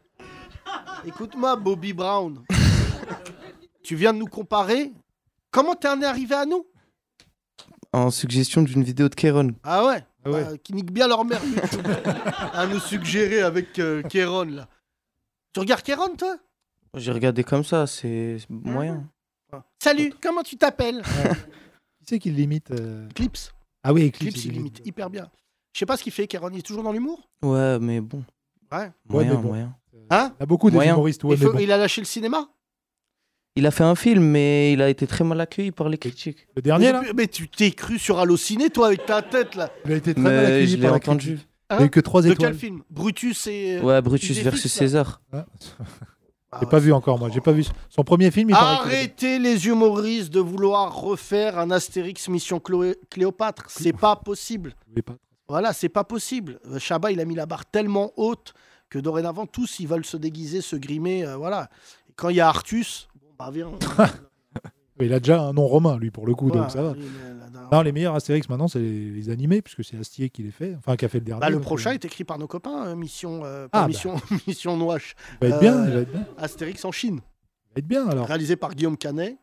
Écoute-moi, Bobby Brown. tu viens de nous comparer. Comment t'en es arrivé à nous
En suggestion d'une vidéo de Kairon.
Ah ouais, Bah, Qui nique bien leur mère, YouTube. à nous suggérer avec euh, Kéron, là. Tu regardes Kéron, toi
J'ai regardé comme ça, c'est moyen.
Salut, comment tu t'appelles
Qui c'est qui le limite euh
Clips.
Ah oui, Eclipse.
Clips, il limite hyper bien. Je sais pas ce qu'il fait, Kéron. Il est toujours dans l'humour
Ouais, mais bon.
Ouais.
Moyen,
mais bon.
moyen.
Hein
Il y a Bah, beaucoup des
Moyen.
humoristes. Ouais,
il,
mais
faut-
bon.
il a lâché le cinéma
Il a fait un film, mais il a été très mal accueilli par les critiques.
Le dernier, là
Mais, mais tu t'es cru sur Allociné, toi, avec ta tête, là.
Il a été très
Mais
mal accueilli
je l'ai
par la
entendu.
critique. Il n'y a eu que 3
De
étoiles. Ah,
quel film Brutus et. euh, Ah
Ouais, Brutus
Idéfix,
versus
là.
César.
J'ai pas vu encore, moi. J'ai pas vu son premier film. Il paraît qu'il est
Arrêtez les humoristes de vouloir refaire un Astérix Mission Cloé- Cléopâtre. C'est pas possible.
bon. pas.
Voilà, c'est pas possible. Euh, Chabat, il a mis la barre tellement haute que dorénavant, tous, ils veulent se déguiser, se grimer. euh, voilà. Et quand il y a Artus, bon, bah viens.
Mais Il a déjà un nom romain, lui, pour le coup, donc ça va.
il est là- là-
Non, les meilleurs Astérix maintenant, c'est les, les animés, puisque c'est Astier qui les fait, enfin qui a fait le dernier.
Bah, le
donc,
prochain
euh,
est écrit par nos copains, euh, Mission, euh, pas
Ah, bah.
mission, mission Noache.
Il va être bien, il va être bien.
Astérix en Chine,
il va être
Euh,
bien alors.
réalisé par Guillaume Canet.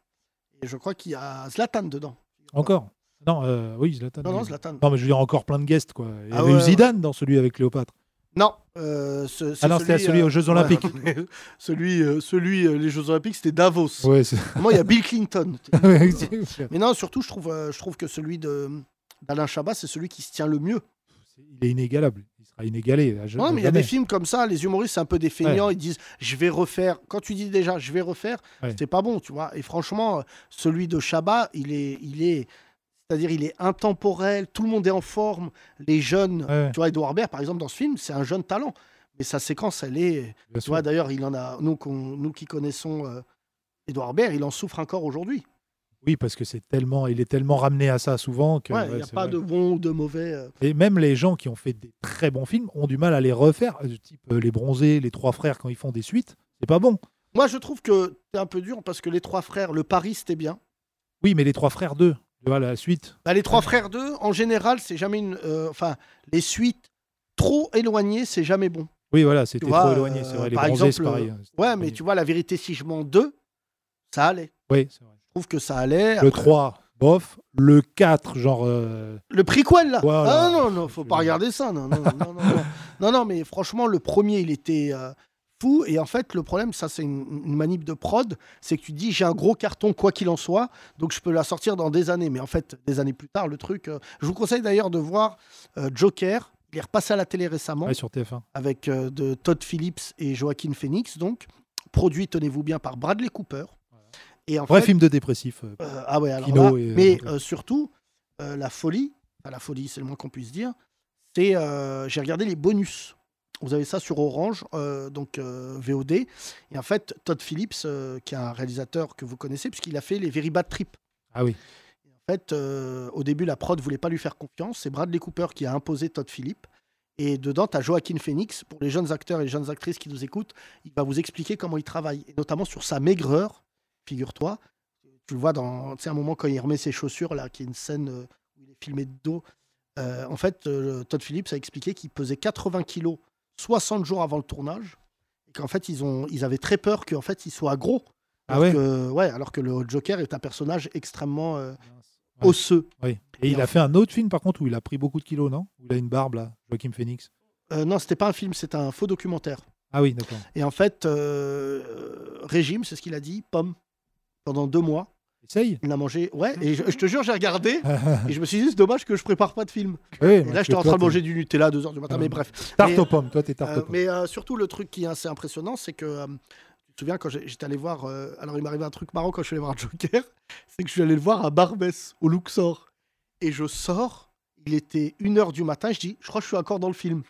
Et je crois qu'il y a Zlatan dedans.
Encore. Non, euh, oui, Zlatan.
Non, non,
oui.
Zlatan.
Non, mais je veux dire encore plein de guests, quoi. Il y
Ah
avait eu
ouais,
Zidane dans celui avec Cléopâtre.
Non, euh, ce- c'est euh,
Ah non, c'était celui aux Jeux Olympiques.
ouais, celui, euh, celui, euh, les Jeux Olympiques, c'était Davos.
Ouais, c'est-
Moi, il y a Bill Clinton.
Ouais, c'est-
Mais non, surtout, je trouve, euh, je trouve que celui de d'Alain Chabat, c'est celui qui se tient le mieux.
il est inégalable. Il sera inégalé. à je-
Non, mais il y a
jamais.
des films comme ça, les humoristes, c'est un peu des feignants, ils disent je vais refaire. Quand tu dis déjà je vais refaire,
Ouais.
c'est pas bon, tu vois. Et franchement, euh, celui de Chabat, il est. Il est c'est-à-dire, il est intemporel, tout le monde est en forme. Les jeunes,
Ouais.
tu vois, Edouard Baird, par exemple, dans ce film, c'est un jeune talent. Mais sa séquence, elle est.
Bien
Tu vois, d'ailleurs, il en a. Nous, qu'on- nous qui connaissons euh, Edouard Baird, il en souffre encore aujourd'hui.
Oui, parce que c'est tellement, il est tellement ramené à ça souvent que.
Ouais, Il
ouais,
n'y a
c'est
pas
vrai.
de bon ou de mauvais. euh,
Et même les gens qui ont fait des très bons films ont du mal à les refaire. Euh, Type euh, les Bronzés, les Trois Frères quand ils font des suites, c'est pas bon.
Moi, je trouve que c'est un peu dur parce que les trois frères, le Paris, c'était bien.
Oui, mais les Trois Frères 2, tu vois la suite.
Bah, les trois frères 2, en général, c'est jamais une. euh, enfin, les suites trop éloignées, c'est jamais bon.
Oui, voilà, c'était
Tu
trop
vois,
éloigné, c'est
euh,
vrai. Les
par
Bronzés, c'est
exemple,
pareil.
euh, Ouais, mais tu vois, la vérité, si je mens 2, ça allait.
Oui, c'est vrai.
Je trouve que ça allait.
Le
Après,
3, bof. Le 4, genre. euh,
Le prequel, là.
Voilà.
Ah non, non, faut pas regarder ça. Non, non, non, non, non. Non, non, mais franchement, le premier, il était euh, fou. Et en fait, le problème, ça, c'est une, une manip de prod. C'est que tu te dis, j'ai un gros carton, quoi qu'il en soit. Donc, je peux la sortir dans des années. Mais en fait, des années plus tard, le truc. euh, Je vous conseille d'ailleurs de voir euh, Joker. Il est repassé à la télé récemment
ouais, sur TF1.
avec euh, de Todd Phillips et Joaquin Phoenix. Donc, produit, tenez-vous bien, par Bradley Cooper. Et en
Vrai
fait,
film de dépressif. euh,
euh, ah ouais, alors
Kino
là,
et, euh,
mais euh, surtout, euh, la folie, enfin, la folie, c'est le moins qu'on puisse dire, c'est. euh, J'ai regardé les bonus. Vous avez ça sur Orange, euh, donc euh, VOD. Et en fait, Todd Phillips, euh, qui est un réalisateur que vous connaissez, puisqu'il a fait les Very Bad Trip.
Ah oui.
En fait, euh, au début, la prod voulait pas lui faire confiance. C'est Bradley Cooper qui a imposé Todd Phillips. Et dedans, tu as Joaquin Phoenix. Pour les jeunes acteurs et les jeunes actrices qui nous écoutent, il va vous expliquer comment il travaille, et notamment sur sa maigreur, figure-toi. Tu le vois dans tu sais, un moment quand il remet ses chaussures, là, qui est une scène euh, où il est filmé de dos. Euh, en fait, euh, Todd Phillips a expliqué qu'il pesait 80 kilos 60 jours avant le tournage. Et qu'en fait, ils, ont, ils avaient très peur qu'en fait, il soit gros.
Ah
Alors
ouais
que- ouais, alors que le Joker est un personnage extrêmement euh,
Ah Ouais.
osseux.
Oui. Et il a fait un autre film, par contre, où il a pris beaucoup de kilos, non Où il a une barbe, là, Joachim Phoenix.
Euh, non, c'était pas un film, c'était un faux documentaire.
Ah oui, d'accord.
Et en fait, euh, régime, c'est ce qu'il a dit, pomme, pendant deux mois.
Essaye.
Il en a mangé, ouais, et je, je te jure, j'ai regardé, et je me suis dit, c'est dommage que je prépare pas de film.
Oui,
Et
parce
là,
que
j'étais en
toi,
train de
t'es-
manger du Nutella à 2h du matin,
Ah,
mais bref.
Tarte
Mais-
aux pommes, toi, t'es tarte
Euh,
aux pommes.
mais euh, surtout, le truc qui est assez impressionnant, c'est que. euh, je me souviens quand j'ai- j'étais allé voir. euh, alors, il m'arrivait un truc marrant quand je suis allé voir Joker, c'est que je suis allé le voir à Barbès, au Luxor. Et je sors, il était 1h du matin, je dis, je crois que je suis encore dans le film.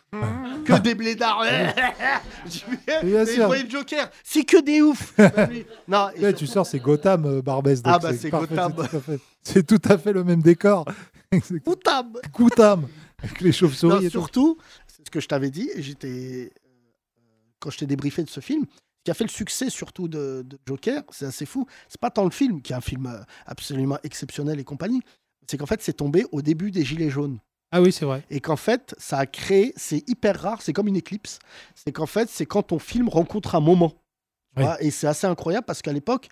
que des blédards Je dis, mais,
bien
mais
sûr.
voyez le Joker, c'est que des oufs Bah, Non, et
Ouais, tu sors, c'est Gotham, euh, Barbès. donc
Ah bah, c'est
parfait,
Gotham.
c'est tout à fait- C'est tout à fait le même décor.
Gotham
Gotham Avec les
Non,
chauves-souris et tout.
surtout, c'est ce que je t'avais dit, et j'étais. euh, Quand je t'ai débriefé de ce film, ce qui a fait le succès surtout de, de Joker, c'est assez fou. C'est pas tant le film, qui est un film euh, absolument exceptionnel et compagnie, c'est qu'en fait, c'est tombé au début des Gilets jaunes.
Ah oui, c'est vrai.
Et qu'en fait, ça a créé, c'est hyper rare, c'est comme une éclipse. C'est qu'en fait, c'est quand ton film rencontre un moment. Tu vois, et c'est assez incroyable parce qu'à l'époque,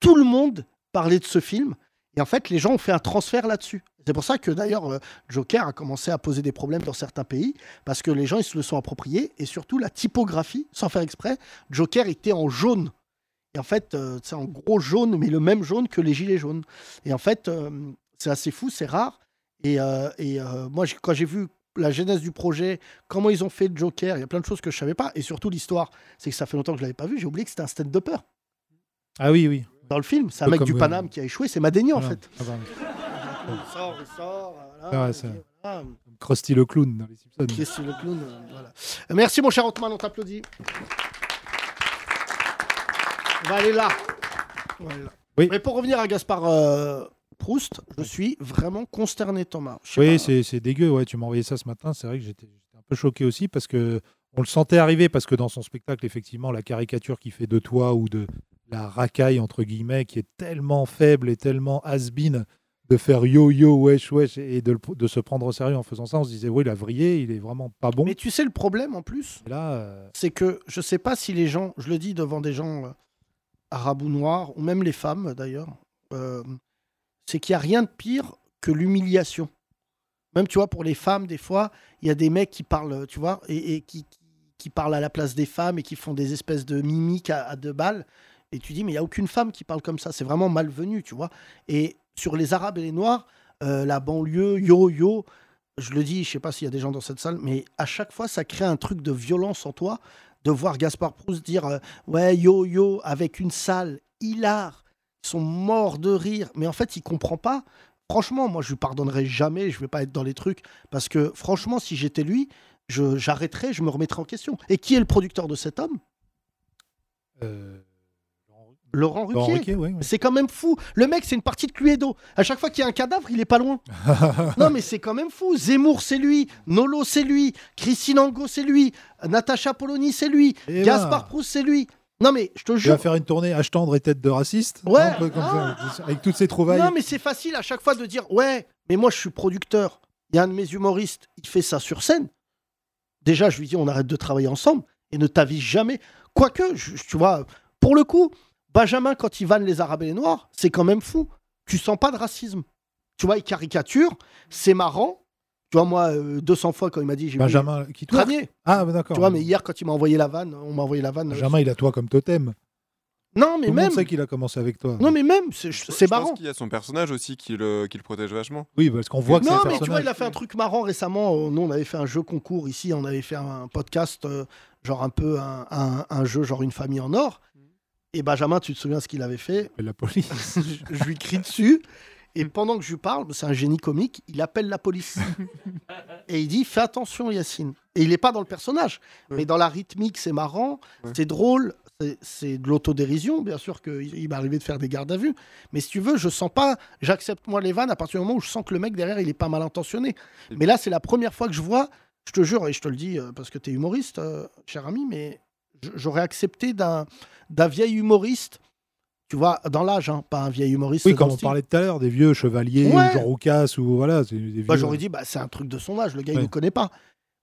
tout le monde parlait de ce film. Et en fait, les gens ont fait un transfert là-dessus. C'est pour ça que d'ailleurs, euh, Joker a commencé à poser des problèmes dans certains pays parce que les gens, ils se le sont appropriés. Et surtout, la typographie, sans faire exprès, Joker était en jaune. Et en fait, euh, c'est en gros jaune, mais le même jaune que les gilets jaunes. Et en fait, euh, c'est assez fou, c'est rare. Et, euh, et, euh, moi, j'ai- quand j'ai vu la genèse du projet, comment ils ont fait le Joker, il y a plein de choses que je savais pas. Et surtout, l'histoire, c'est que ça fait longtemps que je l'avais pas vu. J'ai oublié que c'était un stand-upper
Ah oui, oui.
dans le film. C'est un
Peu
mec
comme,
du
euh,
Paname qui a échoué. C'est Madéni, en
voilà.
fait.
Ah bah,
Il sort, il sort.
ah
Voilà,
ouais,
et
ça-
puis, voilà.
Krusty le clown dans les Simpsons.
Qui est sur le clown, euh, voilà. Euh, Merci, mon cher Otman, on t'applaudit. On va aller là. On va aller là.
Oui.
Mais pour revenir à Gaspard euh, Proust, je suis vraiment consterné, Thomas. Je sais
Oui,
pas.
c'est c'est dégueu. Ouais, tu m'as envoyé ça ce matin. C'est vrai que j'étais j'étais un peu choqué aussi parce que on le sentait arriver parce que dans son spectacle, effectivement, la caricature qui fait de toi ou de la racaille entre guillemets, qui est tellement faible et tellement has-been de faire yo yo wesh wesh et de, le- de se prendre au sérieux en faisant ça, on se disait oui, il a vrillé, il est vraiment pas bon. euh,
Mais tu sais le problème en plus, Euh, c'est que je sais pas si les gens, je le dis devant des gens euh, arabes ou noirs, ou même les femmes d'ailleurs, euh, c'est qu'il n'y a rien de pire que l'humiliation. Même, tu vois, pour les femmes, des fois, il y a des mecs qui parlent, tu vois, et, et qui, qui- qui parlent à la place des femmes et qui font des espèces de mimiques à, à deux balles. Et tu dis, mais il n'y a aucune femme qui parle comme ça. C'est vraiment malvenu, tu vois. Et sur les Arabes et les Noirs, euh, la banlieue, yo, yo, je le dis, je sais pas s'il y a des gens dans cette salle, mais à chaque fois, ça crée un truc de violence en toi de voir Gaspard Proust dire euh, ouais yo yo avec une salle hilar, ils sont morts de rire, mais en fait, il comprend pas. Franchement, moi, je lui pardonnerai jamais. Je vais pas être dans les trucs parce que franchement, si j'étais lui, je j'arrêterais, je me remettrais en question. Et qui est le producteur de cet homme
Euh,
Laurent Ruquier.
Laurent Ruquier, oui, oui.
C'est quand même fou. Le mec, c'est une partie de Cluedo. À chaque fois qu'il y a un cadavre, il est pas loin. non, mais c'est quand même fou. Zemmour, c'est lui. Nolo, c'est lui. Christine Angot, c'est lui. Natacha Polony, c'est lui.
Eh ben.
Gaspard Proust, c'est lui. Non, mais je te
il va
jure.
faire une tournée H tendre et tête de raciste.
Ouais. Ah.
un peu comme ça, avec toutes ces trouvailles.
Non, mais c'est facile à chaque fois de dire Ouais, mais moi, je suis producteur. Il y a un de mes humoristes, il fait ça sur scène. Déjà, je lui dis On arrête de travailler ensemble et ne t'avise jamais. Quoique, je- je- tu vois, pour le coup, Benjamin, quand il vanne les Arabes et les Noirs, c'est quand même fou. Tu sens pas de racisme. Tu vois, il caricature, c'est marrant. Tu vois, moi, euh, 200 fois, quand il m'a dit j'ai
Benjamin,
vu-
qui twerk
Ranier.
Ah, bah, d'accord.
Tu vois, mais hier, quand il m'a envoyé la vanne, on m'a envoyé la vanne. euh,
Benjamin, il a toi comme totem.
Non, mais
Tout le
même.
monde sait qu'il a commencé avec toi.
Non, mais même, c'est- c'est
Je
marrant.
pense qu'il y a son personnage aussi qui le, qui le protège vachement.
Oui, parce qu'on voit que c'est un
non, mais tu vois,
personnage.
il a fait un truc marrant récemment. Euh, Nous, on avait fait un jeu concours ici, on avait fait un podcast, euh, genre un peu un, un- un jeu, genre une famille en or. Et Benjamin, tu te souviens ce qu'il avait fait
La police.
je, je lui crie dessus. Et
Mm.
pendant que je lui parle, c'est un génie comique, il appelle la police. et il dit Fais attention, Yacine. Et il n'est pas dans le personnage,
Mm.
mais dans la rythmique, c'est marrant, c'est drôle, c'est- c'est de l'autodérision. Bien sûr qu'il il m'est arrivé de faire des gardes à vue. Mais si tu veux, je sens pas, j'accepte moi les vannes à partir du moment où je sens que le mec derrière, il est pas mal intentionné.
Mm.
Mais là, c'est la première fois que je vois, je te jure, et je te le dis euh, parce que tu es humoriste, euh, cher ami, mais j- j'aurais accepté d'un d'un vieil humoriste tu vois, dans l'âge, hein, pas un vieil humoriste.
Oui,
dans
comme
le
on
style.
parlait tout à l'heure, des vieux chevaliers,
Ouais.
ou Jean Roucas, ou voilà. c'est des
Bah,
vieux-
J'aurais dit, bah, c'est un truc de son âge, le gars, il
euh, Ouais.
ne connaît pas.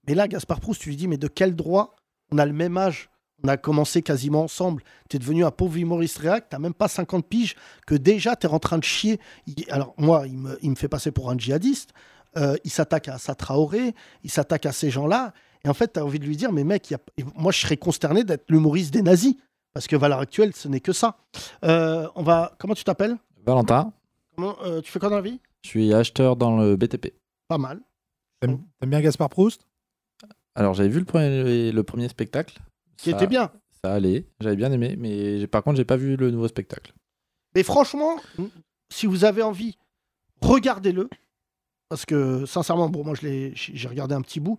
Mais là, Gaspard Proust, tu lui dis, mais de quel droit on a le même âge On a commencé quasiment ensemble. Tu es devenu un pauvre humoriste réac, tu même pas 50 piges, que déjà, tu es en train de chier. Il- Alors, moi, il me, il me fait passer pour un djihadiste. Euh, il s'attaque à Assa Traoré, il s'attaque à ces gens-là. Et en fait, tu as envie de lui dire, mais mec, il y a- et moi, je serais consterné bah, d'être l'humoriste des nazis. Parce que Valeur Actuelle, ce n'est que ça. Euh, on va. Comment tu t'appelles
Valentin,
Comment, euh, tu fais quoi dans la vie
je suis acheteur dans le BTP.
Pas mal.
euh, T'aimes t'aimes bien Gaspard Proust
Alors j'avais vu le premier, le premier spectacle.
Qui
Ça-
était bien.
Ça allait, j'avais bien aimé, mais j'ai- par contre j'ai pas vu le nouveau spectacle.
Mais franchement, si vous avez envie, regardez-le. Parce que sincèrement, bon, moi je l'ai- j'ai regardé un petit bout.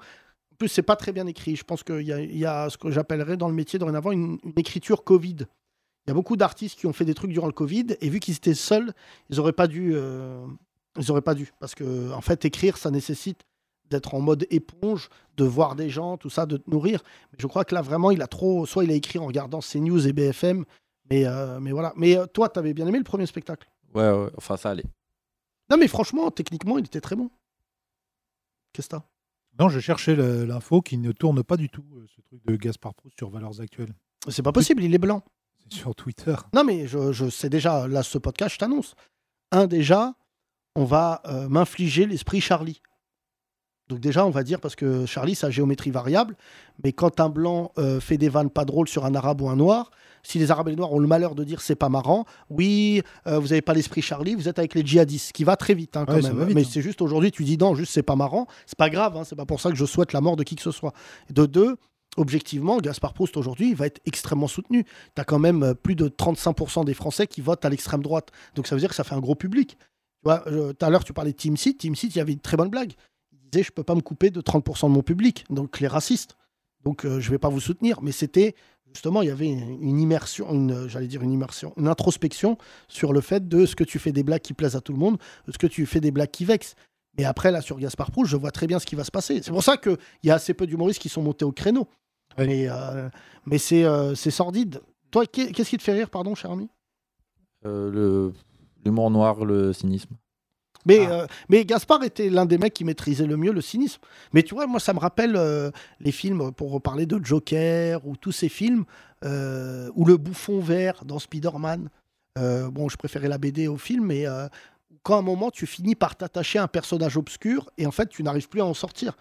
En plus, c'est pas très bien écrit. Je pense qu'il y, a- il y a ce que j'appellerais dans le métier dorénavant une, une écriture Covid. Il y a beaucoup d'artistes qui ont fait des trucs durant le Covid et vu qu'ils étaient seuls, ils auraient pas dû. euh, ils auraient pas dû. Parce que en fait, écrire, ça nécessite d'être en mode éponge, de voir des gens, tout ça, de te nourrir. Mais je crois que là, vraiment, il a trop. Soit il a écrit en regardant CNews et BFM, mais, euh, mais voilà. Mais euh, toi, t'avais bien aimé le premier spectacle.
Ouais, ouais, enfin ça allait.
Non, mais franchement, techniquement, il était très bon. Qu'est-ce que t'as
Non, je cherchais le- l'info qui ne tourne pas du tout, euh, ce truc de Gaspard Proust sur Valeurs Actuelles.
C'est pas possible, il est blanc.
C'est sur Twitter.
Non, mais je, je sais déjà, là, ce podcast, je t'annonce. Un, déjà, on va euh, m'infliger l'esprit Charlie. Donc, déjà, on va dire, parce que Charlie, sa géométrie variable, mais quand un blanc euh, fait des vannes pas drôles sur un arabe ou un noir, si les arabes et les noirs ont le malheur de dire c'est pas marrant, oui, euh, vous n'avez pas l'esprit Charlie, vous êtes avec les djihadistes, ce qui va très vite, hein, quand
Ouais, ça
même.
va vite,
mais
hein.
c'est juste aujourd'hui, tu dis non, juste c'est pas marrant, c'est pas grave, hein, c'est pas pour ça que je souhaite la mort de qui que ce soit. De deux, objectivement, Gaspard Proust aujourd'hui il va être extrêmement soutenu. Tu as quand même euh, plus de 35% des Français qui votent à l'extrême droite. Donc ça veut dire que ça fait un gros public. Tu vois, euh, tout à l'heure, tu parlais de Team Seat. Team Seat, il y avait une très bonne blague. Il disait Je peux pas me couper de 30% de mon public, donc les racistes. Donc euh, je vais pas vous soutenir. Mais c'était justement, il y avait une une immersion, une, euh, j'allais dire une immersion, une introspection sur le fait de ce que tu fais des blagues qui plaisent à tout le monde, ce que tu fais des blagues qui vexent. Mais après, là, sur Gaspard Proust, je vois très bien ce qui va se passer. C'est pour ça qu'il y a assez peu d'humoristes qui sont montés au créneau. Mais, euh, mais c'est euh, c'est sordide. Toi, qu'est- qu'est-ce qui te fait rire, pardon, cher ami
Euh, le- L'humour noir, le cynisme.
Ah.
Mais, euh, mais Gaspard était l'un des mecs qui maîtrisait le mieux le cynisme. Mais tu vois, moi, ça me rappelle euh, les films, pour reparler de Joker, ou tous ces films, euh, ou le bouffon vert dans Spider-Man. Euh, bon, je préférais la BD au film, mais euh, quand à un moment, tu finis par t'attacher à un personnage obscur, et en fait, tu n'arrives plus à en sortir.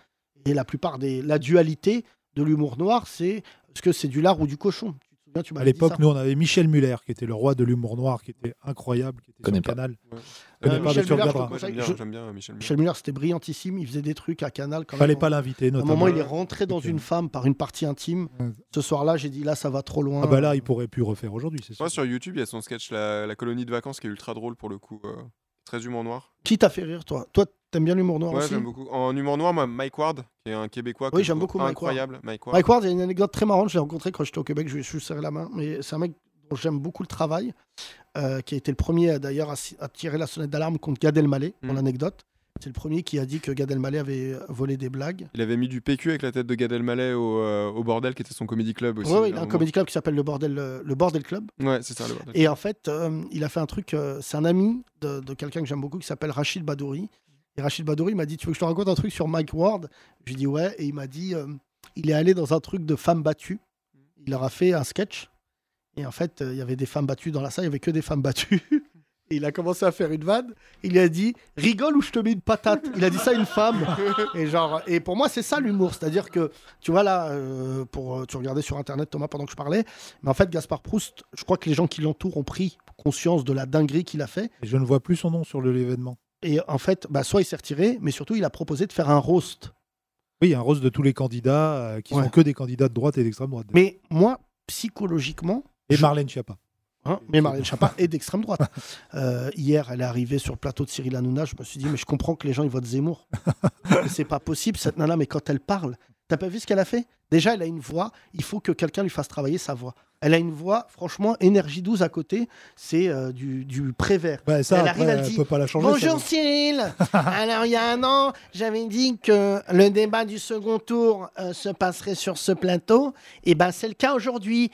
Et la plupart des... La dualité de l'humour noir, c'est est-ce que c'est du lard ou du cochon Tu te souviens, tu
À
m'avais dit
l'époque,
Bah, ça.
nous, on avait Michel Muller, qui était le roi de l'humour noir, qui était incroyable, qui était
Connais
sur
pas.
Canal.
Ouais.
Connais
Euh, Michel
pas, mais tu
Muller, je te
regarderas.
conseille.
bien,
Je-
j'aime bien, euh, Michel
Michel Muller, c'était brillantissime. Il faisait des trucs à Canal. Quand
Fallait
même.
pas l'inviter,
À un
notamment.
moment, il est rentré dans une femme par une partie intime. Ce soir-là, j'ai dit là, ça va trop loin.
Ah bah là, il pourrait plus refaire aujourd'hui, c'est sûr.
Moi, sur YouTube, il y a son sketch la, la colonie de vacances qui est ultra drôle pour le coup. euh, très humour noir.
Qui t'a fait rire, toi Toi, t'aimes bien l'humour noir
ouais,
aussi
j'aime beaucoup. En humour noir, moi, Mike Ward, qui est un Québécois. que
Oui,
je
j'aime
trouve
beaucoup Mike Ward.
Incroyable, Mike Ward.
Mike Ward, il y a une anecdote très marrante. Je l'ai rencontré quand j'étais au Québec. Je lui ai su serrer la main. Mais c'est un mec dont j'aime beaucoup le travail, euh, qui a été le premier euh, d'ailleurs à, si- à tirer la sonnette d'alarme contre Gad Elmaleh.
Mm.
Pour l'anecdote, c'est le premier qui a dit que Gad Elmaleh avait volé des blagues.
Il avait mis du PQ avec la tête de Gad Elmaleh au, euh, au bordel, qui était son comedy club
Oui,
aussi.
il
à
a un
moment.
comédie club qui s'appelle le bordel, euh, le bordel club.
Ouais, c'est ça, le bordel.
Et en fait, euh, il a fait un truc. euh, c'est un ami de, de quelqu'un que j'aime beaucoup qui s'appelle Rachid Badouri. Et Rachid Badouri m'a dit Tu veux que je te raconte un truc sur Mike Ward Je lui ai dit Ouais. Et il m'a dit euh, Il est allé dans un truc de femmes battues. Il leur a fait un sketch. Et en fait, euh, il y avait des femmes battues dans la salle. Il n'y avait que des femmes battues. Et il a commencé à faire une vanne. Il lui a dit Rigole ou je te mets une patate. Il a dit ça à une femme. Et, genre, et pour moi, c'est ça l'humour. C'est-à-dire que, tu vois, là, euh, pour, euh, tu regardais sur Internet, Thomas, pendant que je parlais. Mais en fait, Gaspard Proust, je crois que les gens qui l'entourent ont pris conscience de la dinguerie qu'il a fait.
Et je ne vois plus son nom sur le- l'événement.
Et en fait, bah, soit il s'est retiré, mais surtout, il a proposé de faire un roast.
Oui, il y a un rose de tous les candidats, euh, qui sont que des candidats de droite et d'extrême droite.
Mais moi, psychologiquement.
Et Marlène Schiappa.
Hein, mais Marlène Schiappa est d'extrême droite. Euh, hier, elle est arrivée sur le plateau de Cyril Hanouna. Je me suis dit, mais je comprends que les gens ils votent Zemmour. Mais c'est pas possible cette nana. Mais quand elle parle, t'as pas vu ce qu'elle a fait Déjà, elle a une voix. Il faut que quelqu'un lui fasse travailler sa voix. Elle a une voix, franchement, énergie 12 à côté, c'est euh, du, du prévert.
Bah, ça,
elle
après,
arrive, elle
elle
dit
peut pas la changer,
Bonjour
ça, donc.
Cyril Alors, il y a un an, j'avais dit que le débat du second tour euh, se passerait sur ce plateau. Et ben, c'est le cas aujourd'hui.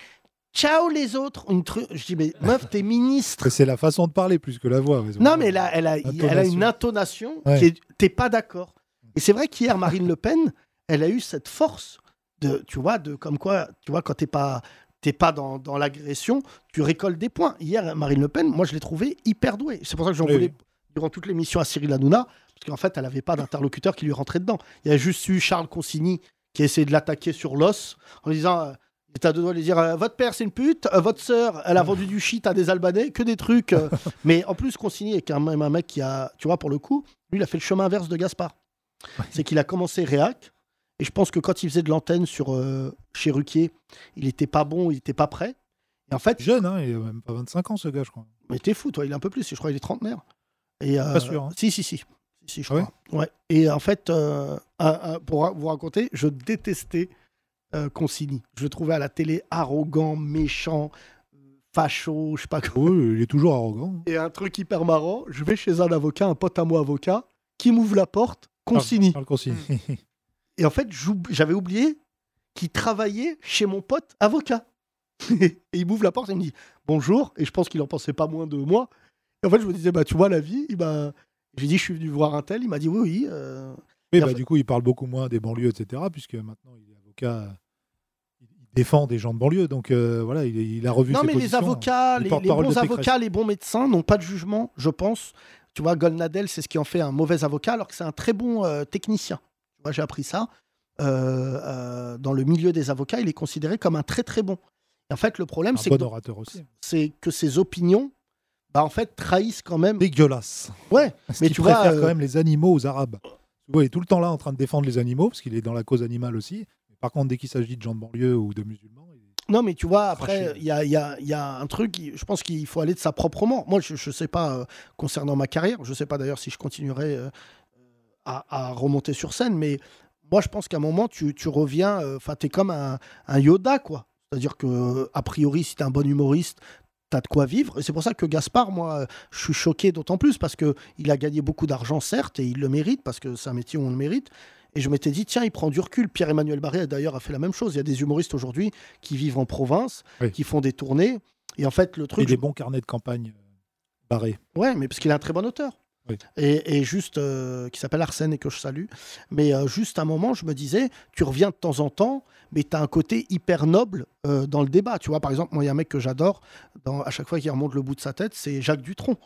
Ciao les autres Une tru- Je dis, mais meuf, t'es ministre.
C'est la façon de parler plus que la voix. ouais.
Non, mais là, elle a,
Intonation.
elle a une intonation
Ouais.
qui est- T'es pas d'accord. Et c'est vrai qu'hier, Marine Le Pen, elle a eu cette force de, tu vois, de comme quoi, tu vois, quand t'es pas, t'es pas dans, dans l'agression, tu récoltes des points. Hier, Marine Le Pen, moi, je l'ai trouvée hyper douée. C'est pour ça que j'en
Oui,
voulais durant toute l'émission à Cyril Hanouna, parce qu'en fait, elle avait pas d'interlocuteur qui lui rentrait dedans. Il y a juste eu Charles Consigny qui a essayé de l'attaquer sur l'os en lui disant. euh, Il était à deux doigts de lui dire euh, Votre père, c'est une pute, euh, votre sœur, elle a vendu du shit à des Albanais, que des trucs. euh. Mais en plus, consigné avec un, même un mec qui a, tu vois, pour le coup, lui, il a fait le chemin inverse de Gaspard. C'est qu'il a commencé réac, et je pense que quand il faisait de l'antenne sur euh, chez Ruquier, il était pas bon, il était pas prêt. Et en fait.
Jeune, hein, il a même pas 25 ans, ce gars, je crois.
Mais t'es fou, toi, il est un peu plus, je crois, il est trentenaire. Et, euh,
Pas sûr, hein. Ah
Si, si, si. Si, si, je crois. Ouais. Et en fait, euh, à- à- pour ra- vous raconter, je détestais euh, Consigny. Je le trouvais à la télé arrogant, méchant, euh, facho, je sais pas quoi.
Oui, il est toujours arrogant.
Et un truc hyper marrant, je vais chez un avocat, un pote à moi avocat, qui m'ouvre la porte,
Ah.
Consigny. Mm.
Charles Consigny.
Et en fait, j'oub- j'avais oublié qu'il travaillait chez mon pote avocat. et il m'ouvre la porte et il me dit bonjour. Et je pense qu'il en pensait pas moins de moi. Et en fait, je me disais, bah, tu vois, la vie, il m'a. J'ai dit, je suis venu voir un tel. Il m'a dit, oui, oui. euh.
Mais
Et en
bah,
fait-
du coup, il parle beaucoup moins des banlieues, etc. Puisque maintenant, il est avocat. euh, Il défend des gens de banlieue. Donc euh, voilà, il, il a revu
Non,
ses
mais les
positions,
avocats, les,
le
les
porte-parole
bons
de Pécresse.
avocats, les bons médecins n'ont pas de jugement, je pense. Tu vois, Golnadel, c'est ce qui en fait un mauvais avocat, alors que c'est un très bon euh, technicien. Tu vois, j'ai appris ça. Euh, euh, dans le milieu des avocats, il est considéré comme un très très bon. Et en fait, le problème,
Un
c'est
bon
que,
orateur aussi.
c'est que ses opinions, bah, en fait, trahissent quand même.
Dégueulasse.
Ouais,
Parce
mais
qu'il
tu vois.
préfère
euh,
quand même les animaux aux Arabes. Tu vois, il est tout le temps là en train de défendre les animaux, parce qu'il est dans la cause animale aussi. Mais par contre, dès qu'il s'agit de gens de banlieue ou de musulmans,
Non, mais tu vois, après, il y a, il y a- il y a un truc, je pense qu'il faut aller de sa propre mort. Moi, je ne sais pas, euh, concernant ma carrière, je ne sais pas d'ailleurs si je continuerai euh, à, à remonter sur scène, mais moi, je pense qu'à un moment, tu, tu reviens, euh, enfin, tu es comme un, un Yoda, quoi. C'est-à-dire que, euh, a priori, si tu es un bon humoriste, tu as de quoi vivre. Et c'est pour ça que Gaspard, moi, euh, je suis choqué d'autant plus parce que il a gagné beaucoup d'argent, certes, et il le mérite, parce que c'est un métier où on le mérite. Et je m'étais dit, tiens, il prend du recul. Pierre-Emmanuel Barré, d'ailleurs, a fait la même chose. Il y a des humoristes aujourd'hui qui vivent en province,
Oui.
qui font des tournées. Et en fait, le
il
truc.
a des bons carnets de campagne euh, barrés.
Ouais, mais parce qu'il est un très bon auteur.
Oui.
Et, et juste, euh, qui s'appelle Arsène et que je salue. Mais euh, juste un moment, je me disais, tu reviens de temps en temps, mais tu as un côté hyper noble euh, dans le débat. Tu vois, par exemple, moi, il y a un mec que j'adore, dans- à chaque fois qu'il remonte le bout de sa tête, c'est Jacques Dutronc.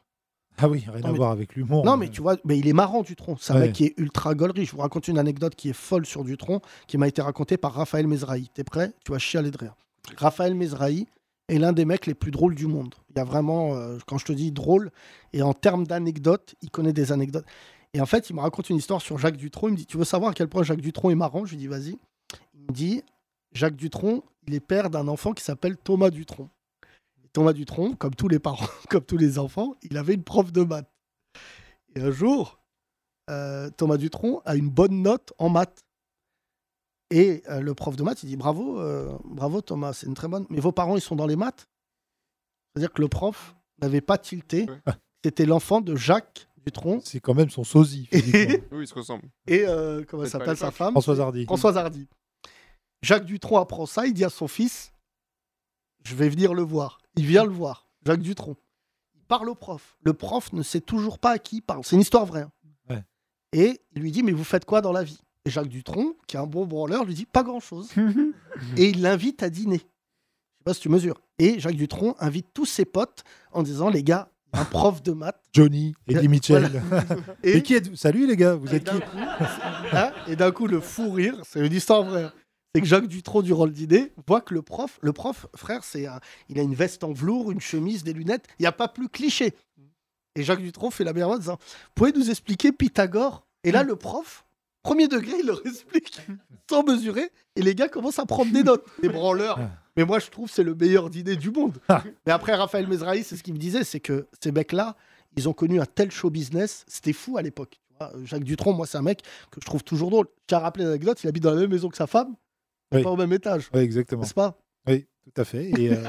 Ah oui, rien
Non,
à
mais-
voir avec l'humour.
Non, mais tu vois, mais il est marrant, Dutronc. C'est un
euh, Ouais.
mec qui est ultra gaulerie. Je vous raconte une anecdote qui est folle sur Dutronc, qui m'a été racontée par Raphaël Mezrahi. T'es prêt Tu vas chialer de rire. Raphaël Mezrahi est l'un des mecs les plus drôles du monde. Il y a vraiment, euh, quand je te dis drôle, et en termes d'anecdotes, il connaît des anecdotes. Et en fait, il me raconte une histoire sur Jacques Dutronc. Il me dit Tu veux savoir à quel point Jacques Dutronc est marrant Je lui dis Vas-y. Il me dit Jacques Dutronc, il est père d'un enfant qui s'appelle Thomas Dutronc. Thomas Dutronc, comme tous les parents, comme tous les enfants, il avait une prof de maths. Et un jour, euh, Thomas Dutronc a une bonne note en maths. Et euh, le prof de maths, il dit bravo, euh, bravo Thomas, c'est une très bonne. Mais vos parents, ils sont dans les maths C'est-à-dire que le prof n'avait pas tilté. C'était l'enfant de Jacques Dutronc.
euh, C'est quand même son sosie. physiquement.
Oui, ils se ressemblent.
Et euh, comment elle
C'est pas
s'appelle sa
l'époque.
femme
Françoise Hardy.
Françoise Hardy. Jacques Dutronc apprend ça, il dit à son fils Je vais venir le voir. Il vient le voir, Jacques Dutronc. Il parle au prof. Le prof ne sait toujours pas à qui il parle. C'est une histoire vraie. hein.
Ouais.
Et il lui dit Mais vous faites quoi dans la vie Et Jacques Dutronc, qui est un bon branleur, lui dit Pas grand-chose. et il l'invite à dîner. Je sais pas si tu mesures. Et Jacques Dutronc invite tous ses potes en disant Les gars, un prof de maths.
Johnny, Eddie Mitchell.
Voilà. Eh ben,
Et... qui êtes-vous Salut les gars, vous êtes qui
Hein et d'un coup, le fou rire, c'est une histoire vraie. C'est que Jacques Dutronc, durant le dîner, voit que le prof, le prof, frère, c'est un- il a une veste en velours, une chemise, des lunettes. Il n'y a pas plus cliché. Et Jacques Dutronc fait la meilleure mode en disant Pouvez nous expliquer Pythagore Et là, le prof, premier degré, il leur explique sans mesurer. Et les gars commencent à prendre des notes, des branleurs. Mais moi, je trouve que c'est le meilleur dîner du monde. Mais après, Raphaël Mezrahi, c'est ce qu'il me disait c'est que ces mecs-là, ils ont connu un tel show business. C'était fou à l'époque. Tu vois, euh, Jacques Dutronc, moi, c'est un mec que je trouve toujours drôle. Tu as rappelé l'anecdote il habite dans la même maison que sa femme, mais
Oui.
pas au même étage.
Oui, exactement.
N'est-ce pas
Oui, tout à fait. Et, euh,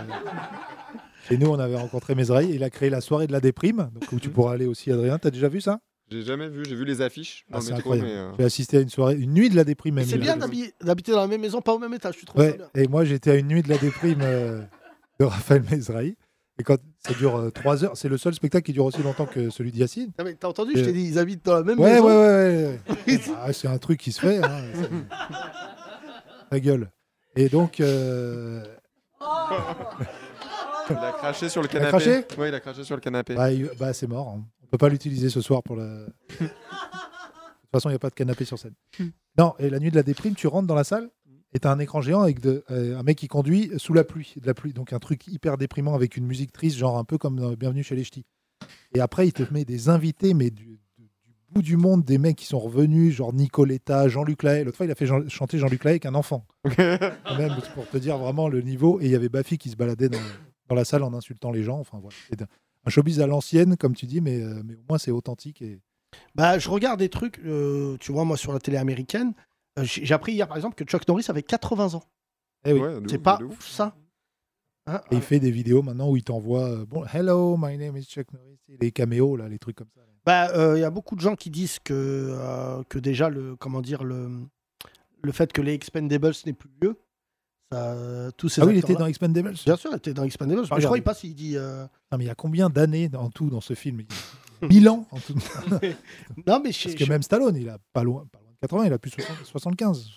et nous, on avait rencontré Mesrahi. Il a créé la soirée de la déprime, donc,
Mhm.
où tu pourras aller aussi, Adrien. T'as déjà vu ça
J'ai jamais vu, j'ai vu les affiches dans
Ah,
le
C'est
métro,
incroyable.
mais, euh,
J'ai assisté à une soirée, une nuit de la déprime.
Mais
même,
C'est
il
bien
a-
d'habi- d'habiter dans la même maison, pas au même étage. Tu trouves ça
Ouais,
bien
et moi j'étais à une nuit de la déprime euh, de Raphaël Mesrahi. Et quand ça dure 3 heures, c'est le seul spectacle qui dure aussi longtemps que celui d'Yacine.
Non, mais T'as entendu Je t'ai dit, ils habitent dans la même
Euh, ouais,
maison.
ouais, ouais, ouais. Ah, c'est un truc qui se fait. hein. Ta gueule. Et donc, euh,
il a craché sur le
Il a
canapé.
craché
Oui, il a craché sur le
Ah,
canapé.
bah, il- bah, c'est mort. hein. On peut pas l'utiliser ce soir pour la. de toute façon, il n'y a pas de canapé sur scène. Non, et la nuit de la déprime, tu rentres dans la salle Et t'as un écran géant avec de- euh, un mec qui conduit sous la pluie, de la pluie. Donc un truc hyper déprimant avec une musique triste, genre un peu comme dans Bienvenue chez les Ch'tis. Et après, il te met des invités, mais du, du- du bout du monde, des mecs qui sont revenus, genre Nicoletta, Jean-Luc Lahaye. L'autre fois, il a fait Jean- chanter Jean-Luc Lahaye avec un enfant. Quand même, c'est pour te dire vraiment le niveau. Et il y avait Baffy qui se baladait dans, dans la salle en insultant les gens. Enfin, voilà. C'est un showbiz à l'ancienne, comme tu dis, mais, euh, mais au moins c'est authentique. Et...
Bah, je regarde des trucs, euh, tu vois, moi, sur la télé américaine. Euh, J'ai j'ai appris hier, par exemple, que Chuck Norris avait 80 ans.
Eh oui.
c'est pas ouf, ça. Hein?
Et il fait des vidéos maintenant où il t'envoie euh, bon, Hello, my name is Chuck Norris. Les caméos, là, les trucs comme ça.
Bah, euh, il y a beaucoup de gens qui disent que, euh, que déjà le comment dire le, le fait que les Expendables n'est plus vieux, ça, euh, tous ces
Ah oui, il
acteurs-là-
était dans Expendables
Bien sûr, il était dans Expendables. Mais je crois
Regardez.
qu'il passe, il dit. euh,
Non, mais il y a combien d'années en tout dans ce film Mille ans en tout.
non, mais
Parce que même Stallone, il a pas loin, pas loin de 80, il a plus de 60 75.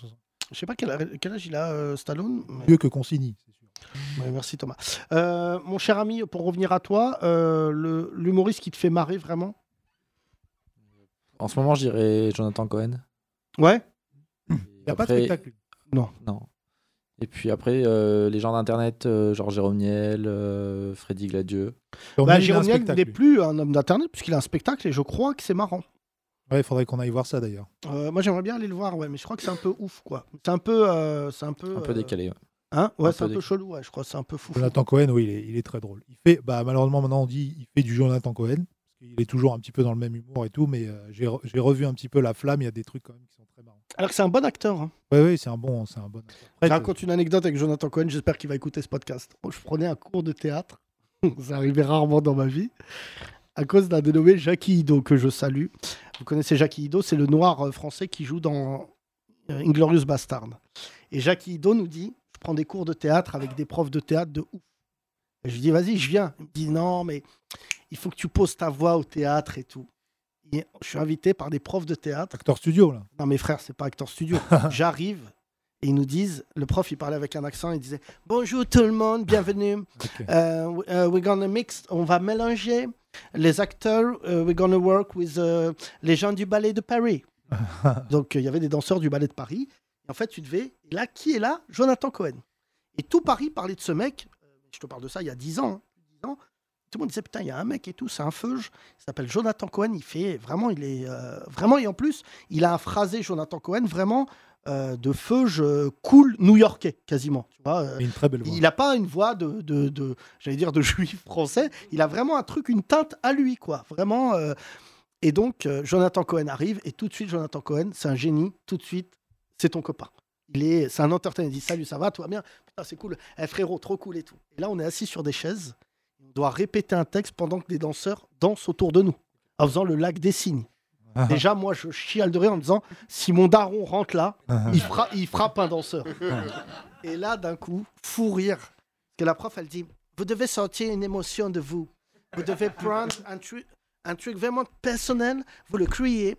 Je sais pas quel, âge- quel âge il a, euh, Stallone. mais-
Mieux que Consigny.
Ouais, merci Thomas. Euh, mon cher ami, pour revenir à toi, euh, le- l'humoriste qui te fait marrer vraiment.
En ce moment, je dirais Jonathan Cohen.
Ouais.
Il
a pas de spectacle. Non.
Non. Et puis après, euh, les gens d'Internet, euh, genre Jérôme Niel, euh, Freddy Gladieux.
Bah, Jérôme Niel n'est plus un homme d'internet puisqu'il a un spectacle et je crois que c'est marrant.
Ouais, il faudrait qu'on aille voir ça d'ailleurs.
Euh, moi, j'aimerais bien aller le voir, ouais, mais je crois que c'est un peu ouf, quoi. C'est un peu, euh, c'est un peu,
Un peu
euh,
décalé, ouais.
Hein ouais,
Un
c'est
peu
un peu
décalé.
chelou, ouais, je crois, que c'est un peu fou.
Jonathan Cohen, oui, il est, il est très drôle. Il fait, bah, malheureusement, maintenant on dit il fait du Jonathan Cohen. parce qu'il est toujours un petit peu dans le même humour et tout, mais euh, j'ai re- j'ai revu un petit peu La Flamme. Il y a des trucs quand même qui sont.
Alors que c'est un bon acteur. hein.
Oui, oui, c'est un bon. C'est un bon...
je raconte une anecdote avec Jonathan Cohen, j'espère qu'il va écouter ce podcast. Moi, Je prenais un cours de théâtre, ça arrivait rarement dans ma vie, à cause d'un dénommé Jackie Ido que je salue. Vous connaissez Jackie Ido, c'est le noir euh, français qui joue dans euh, Inglorious Bastard. Et Jackie Ido nous dit Je prends des cours de théâtre avec des profs de théâtre de ouf. Et je lui dis Vas-y, je viens. Il me dit Non, mais il faut que tu poses ta voix au théâtre et tout. Et je suis invité par des profs de théâtre.
Acteur studio, là.
Non, mes frères, c'est pas acteur studio. J'arrive et ils nous disent Le prof, il parlait avec un accent, il disait Bonjour tout le monde, bienvenue. Euh, we- euh, we're gonna mix, on va mélanger les acteurs. euh, we're gonna work with euh, les gens du ballet de Paris. Donc, euh, il y avait des danseurs du ballet de Paris. Et en fait, tu devais. et Là, qui est là Jonathan Cohen. Et tout Paris parlait de ce mec. Euh, je te parle de ça il y a 10 ans. hein, 10 ans. Tout le monde disait Putain, il y a un mec et tout, c'est un feuge. Il s'appelle Jonathan Cohen. Il fait vraiment, il est. euh, vraiment, et en plus, il a un phrasé, Jonathan Cohen, vraiment euh, de feuge euh, cool new-yorkais, quasiment. Tu vois, euh,
une très belle voix.
Il n'a pas une voix de, de, de- j'allais dire, de juif français. Il a vraiment un truc, une teinte à lui, quoi. Vraiment. euh, et donc, euh, Jonathan Cohen arrive, et tout de suite, Jonathan Cohen, c'est un génie, tout de suite, c'est ton copain. Il est, c'est un entertainer, il dit salut, ça va, tout va bien, putain, c'est cool, Eh, frérot, trop cool et tout. Et là, on est assis sur des chaises, on doit répéter un texte pendant que des danseurs dansent autour de nous, en faisant le lac des signes. Déjà, moi, je chiale de rire en me disant si mon daron rentre là, il, fra- il frappe un danseur. Et là, d'un coup, fou rire. Parce que la prof, elle dit Vous devez sortir une émotion de vous. Vous devez prendre un, tru- un truc vraiment personnel, vous le criez.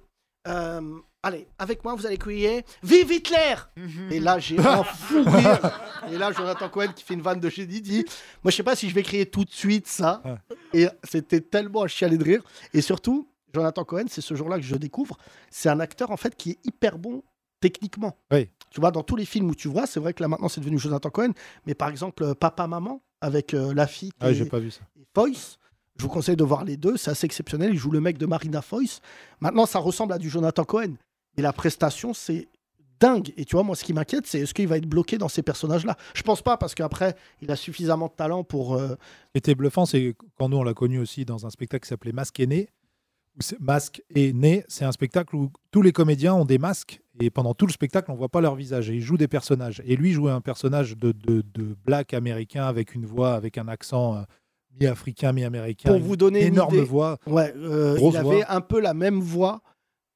Euh, allez, avec moi, vous allez crier Vive Hitler Et là, j'ai un fou rire. Et là, Jonathan Cohen qui fait une vanne de génie dit Moi, je sais pas si je vais crier tout de suite ça. Et c'était tellement à chialer de rire. Et surtout, Jonathan Cohen, c'est ce jour-là que je découvre. C'est un acteur, en fait, qui est hyper bon techniquement.
Oui.
Tu vois, dans tous les films où tu vois, c'est vrai que là maintenant c'est devenu Jonathan Cohen, mais par exemple euh, Papa Maman avec euh, Lafitte
Ah,
et-
j'ai pas vu ça.
et Foyce, je vous conseille de voir les deux, c'est assez exceptionnel. Il joue le mec de Marina Foyce. Maintenant, ça ressemble à du Jonathan Cohen. Et la prestation, c'est dingue. Et tu vois, moi, ce qui m'inquiète, c'est est-ce qu'il va être bloqué dans ces personnages-là Je pense pas, parce qu'après, il a suffisamment de talent pour. euh,
Ce qui était bluffant, c'est quand nous, on l'a connu aussi dans un spectacle qui s'appelait Masque et Né. où c'est- Masque et Né, c'est un spectacle où tous les comédiens ont des masques et pendant tout le spectacle, on voit pas leur visage et ils jouent des personnages. Et lui jouait un personnage de, de, de black américain avec une voix, avec un accent euh, mi-africain, mi-américain.
Pour
une
vous donner une
énorme
idée.
voix.
Ouais, euh,
Grosse
il avait
voix.
un peu la même voix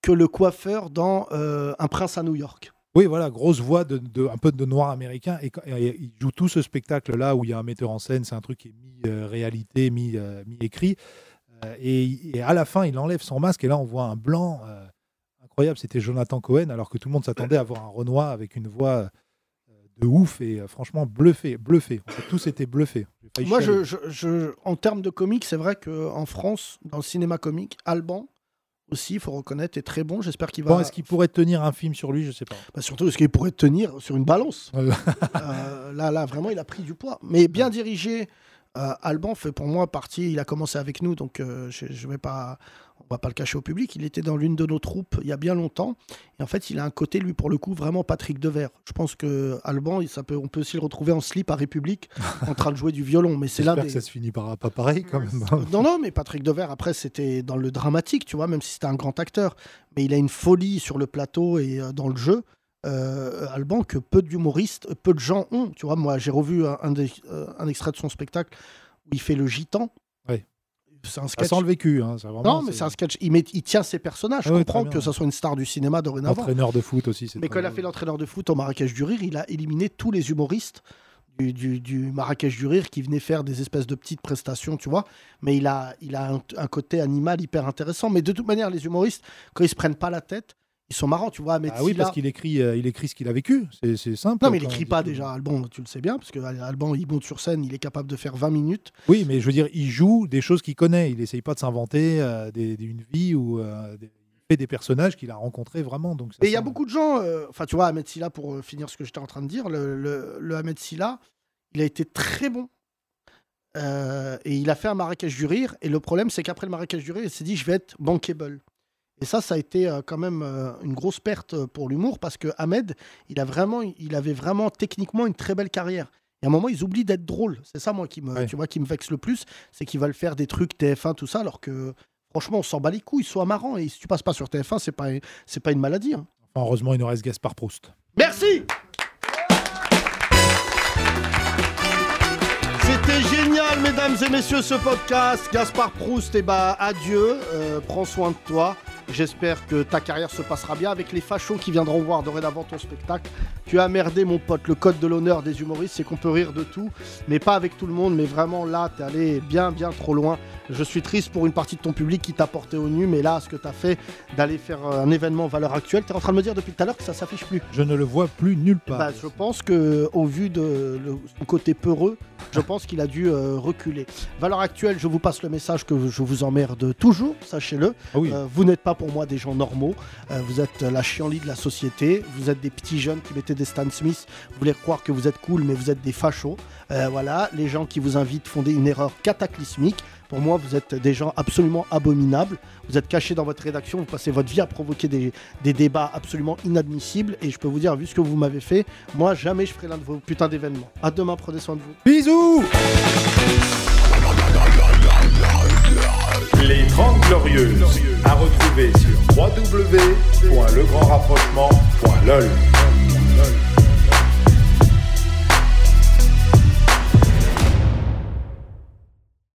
que le coiffeur dans euh, Un prince à New York.
Oui, voilà, grosse voix, de, de- un peu de noir américain. Et, quand- et il joue tout ce spectacle-là où il y a un metteur en scène, c'est un truc qui est mi-réalité, euh, mi-écrit. Euh, et, et à la fin, il enlève son masque et là, on voit un blanc euh, incroyable. C'était Jonathan Cohen, alors que tout le monde s'attendait à voir un Renoir avec une voix euh, de ouf. Et euh, franchement, bluffé, bluffé. On a tous été bluffés. J'ai failli
Moi,
chialer.
je, je- je- en termes de comique, c'est vrai qu'en France, dans le cinéma comique, Alban, aussi, il faut reconnaître, est très bon. J'espère qu'il va.
Bon, est-ce qu'il pourrait tenir un film sur lui Je sais pas.
Bah, surtout, est-ce qu'il pourrait tenir sur une balance Euh, Là, là, vraiment, il a pris du poids. Mais bien dirigé, euh, Alban fait pour moi partie. Il a commencé avec nous, donc euh, je, je vais pas, on va pas le cacher au public. Il était dans l'une de nos troupes il y a bien longtemps. Et en fait, il a un côté, lui, pour le coup, vraiment Patrick Devers. Je pense que Alban, il- ça peut, on peut aussi le retrouver en slip à République, en train de jouer du violon. Mais c'est là.
J'espère que ça se finit par pas pareil quand même.
Non, non, mais Patrick Devers, après, c'était dans le dramatique, tu vois, même si c'était un grand acteur. Mais il a une folie sur le plateau et euh, dans le jeu, euh, Alban, que peu d'humoristes, euh, peu de gens ont. Tu vois, moi, j'ai revu un, un des- euh, un extrait de son spectacle où il fait le gitan.
Ouais.
C'est un
Ça
sketch.
sent le vécu. hein, ça, vraiment,
non, mais c'est un sketch. Il, met- il tient ses personnages.
Ah
Je
ouais,
comprends
très bien,
que ça soit une star du cinéma dorénavant.
Entraîneur de foot aussi. c'est
Mais
très
quand il a
drôle.
fait l'entraîneur de foot au Marrakech du Rire, il a éliminé tous les humoristes du, du- du Marrakech du Rire qui venaient faire des espèces de petites prestations, tu vois. Mais il a, il a un, un côté animal hyper intéressant. Mais de toute manière, les humoristes, quand ils se prennent pas la tête, ils sont marrants, tu vois. Mais
Ah oui, parce qu'il écrit, euh, il écrit ce qu'il a vécu. C'est c'est simple.
Non, mais il
quand
écrit
on
pas
dit tout.
déjà, Alban, tu le sais bien, parce que Alban, il monte sur scène, il est capable de faire 20 minutes.
Oui, mais je veux dire, il joue des choses qu'il connaît. Il essaye pas de s'inventer euh, des- des- une vie ou euh, des- il fait des personnages qu'il a rencontrés vraiment. Donc ça
Et il y a
sent-
beaucoup de gens, euh, enfin tu vois, Ahmed Silla, pour euh, finir ce que j'étais en train de dire, le, le, le Ahmed Silla, il a été très bon. Euh, et il a fait un Marrakech du Rire. Et le problème, c'est qu'après le Marrakech du Rire, il s'est dit, je vais être bankable. Et ça, ça a été euh, quand même euh, une grosse perte euh, pour l'humour parce que Ahmed, il, a vraiment, il avait vraiment techniquement une très belle carrière. Et à un moment, ils oublient d'être drôles. C'est ça, moi, qui me, tu vois, qui me vexe le plus. C'est qu'ils veulent faire des trucs TF1, tout ça, alors que franchement, on s'en bat les couilles. Sois marrant. Et si tu passes pas sur TF1, c'est pas, c'est pas une maladie. hein.
Enfin, heureusement, il nous reste Gaspard Proust.
Merci C'était génial, mesdames et messieurs, ce podcast. Gaspard Proust, et bah adieu, Euh, prends soin de toi. J'espère que ta carrière se passera bien avec les fachos qui viendront voir dorénavant ton spectacle. Tu as merdé, mon pote. Le code de l'honneur des humoristes, c'est qu'on peut rire de tout, mais pas avec tout le monde. Mais vraiment, là, t'es allé bien, bien trop loin. Je suis triste pour une partie de ton public qui t'a porté au nu, mais là, ce que t'as fait d'aller faire euh, un événement valeur actuelle, t'es en train de me dire depuis tout à l'heure que ça s'affiche plus.
Je ne le vois plus nulle part.
Bah, je pense que au vu de le- son côté peureux, je pense qu'il a dû euh, reculer. Valeur actuelle, je vous passe le message que je vous emmerde toujours, sachez-le.
Ah
Euh, vous n'êtes pas pour moi des gens normaux. Euh, vous êtes la chienlit de la société. Vous êtes des petits jeunes qui mettaient des Stan Smith. Vous voulez croire que vous êtes cool, mais vous êtes des fachos. Euh, voilà, les gens qui vous invitent font des- une erreur cataclysmique. Pour moi, vous êtes des gens absolument abominables. Vous êtes cachés dans votre rédaction, vous passez votre vie à provoquer des, des débats absolument inadmissibles. Et je peux vous dire, vu ce que vous m'avez fait, moi, jamais je ferai l'un de vos putains d'événements. À demain, prenez soin de vous.
Bisous
Les 30 Glorieuses, à retrouver sur www.legrandrapprochement.lol.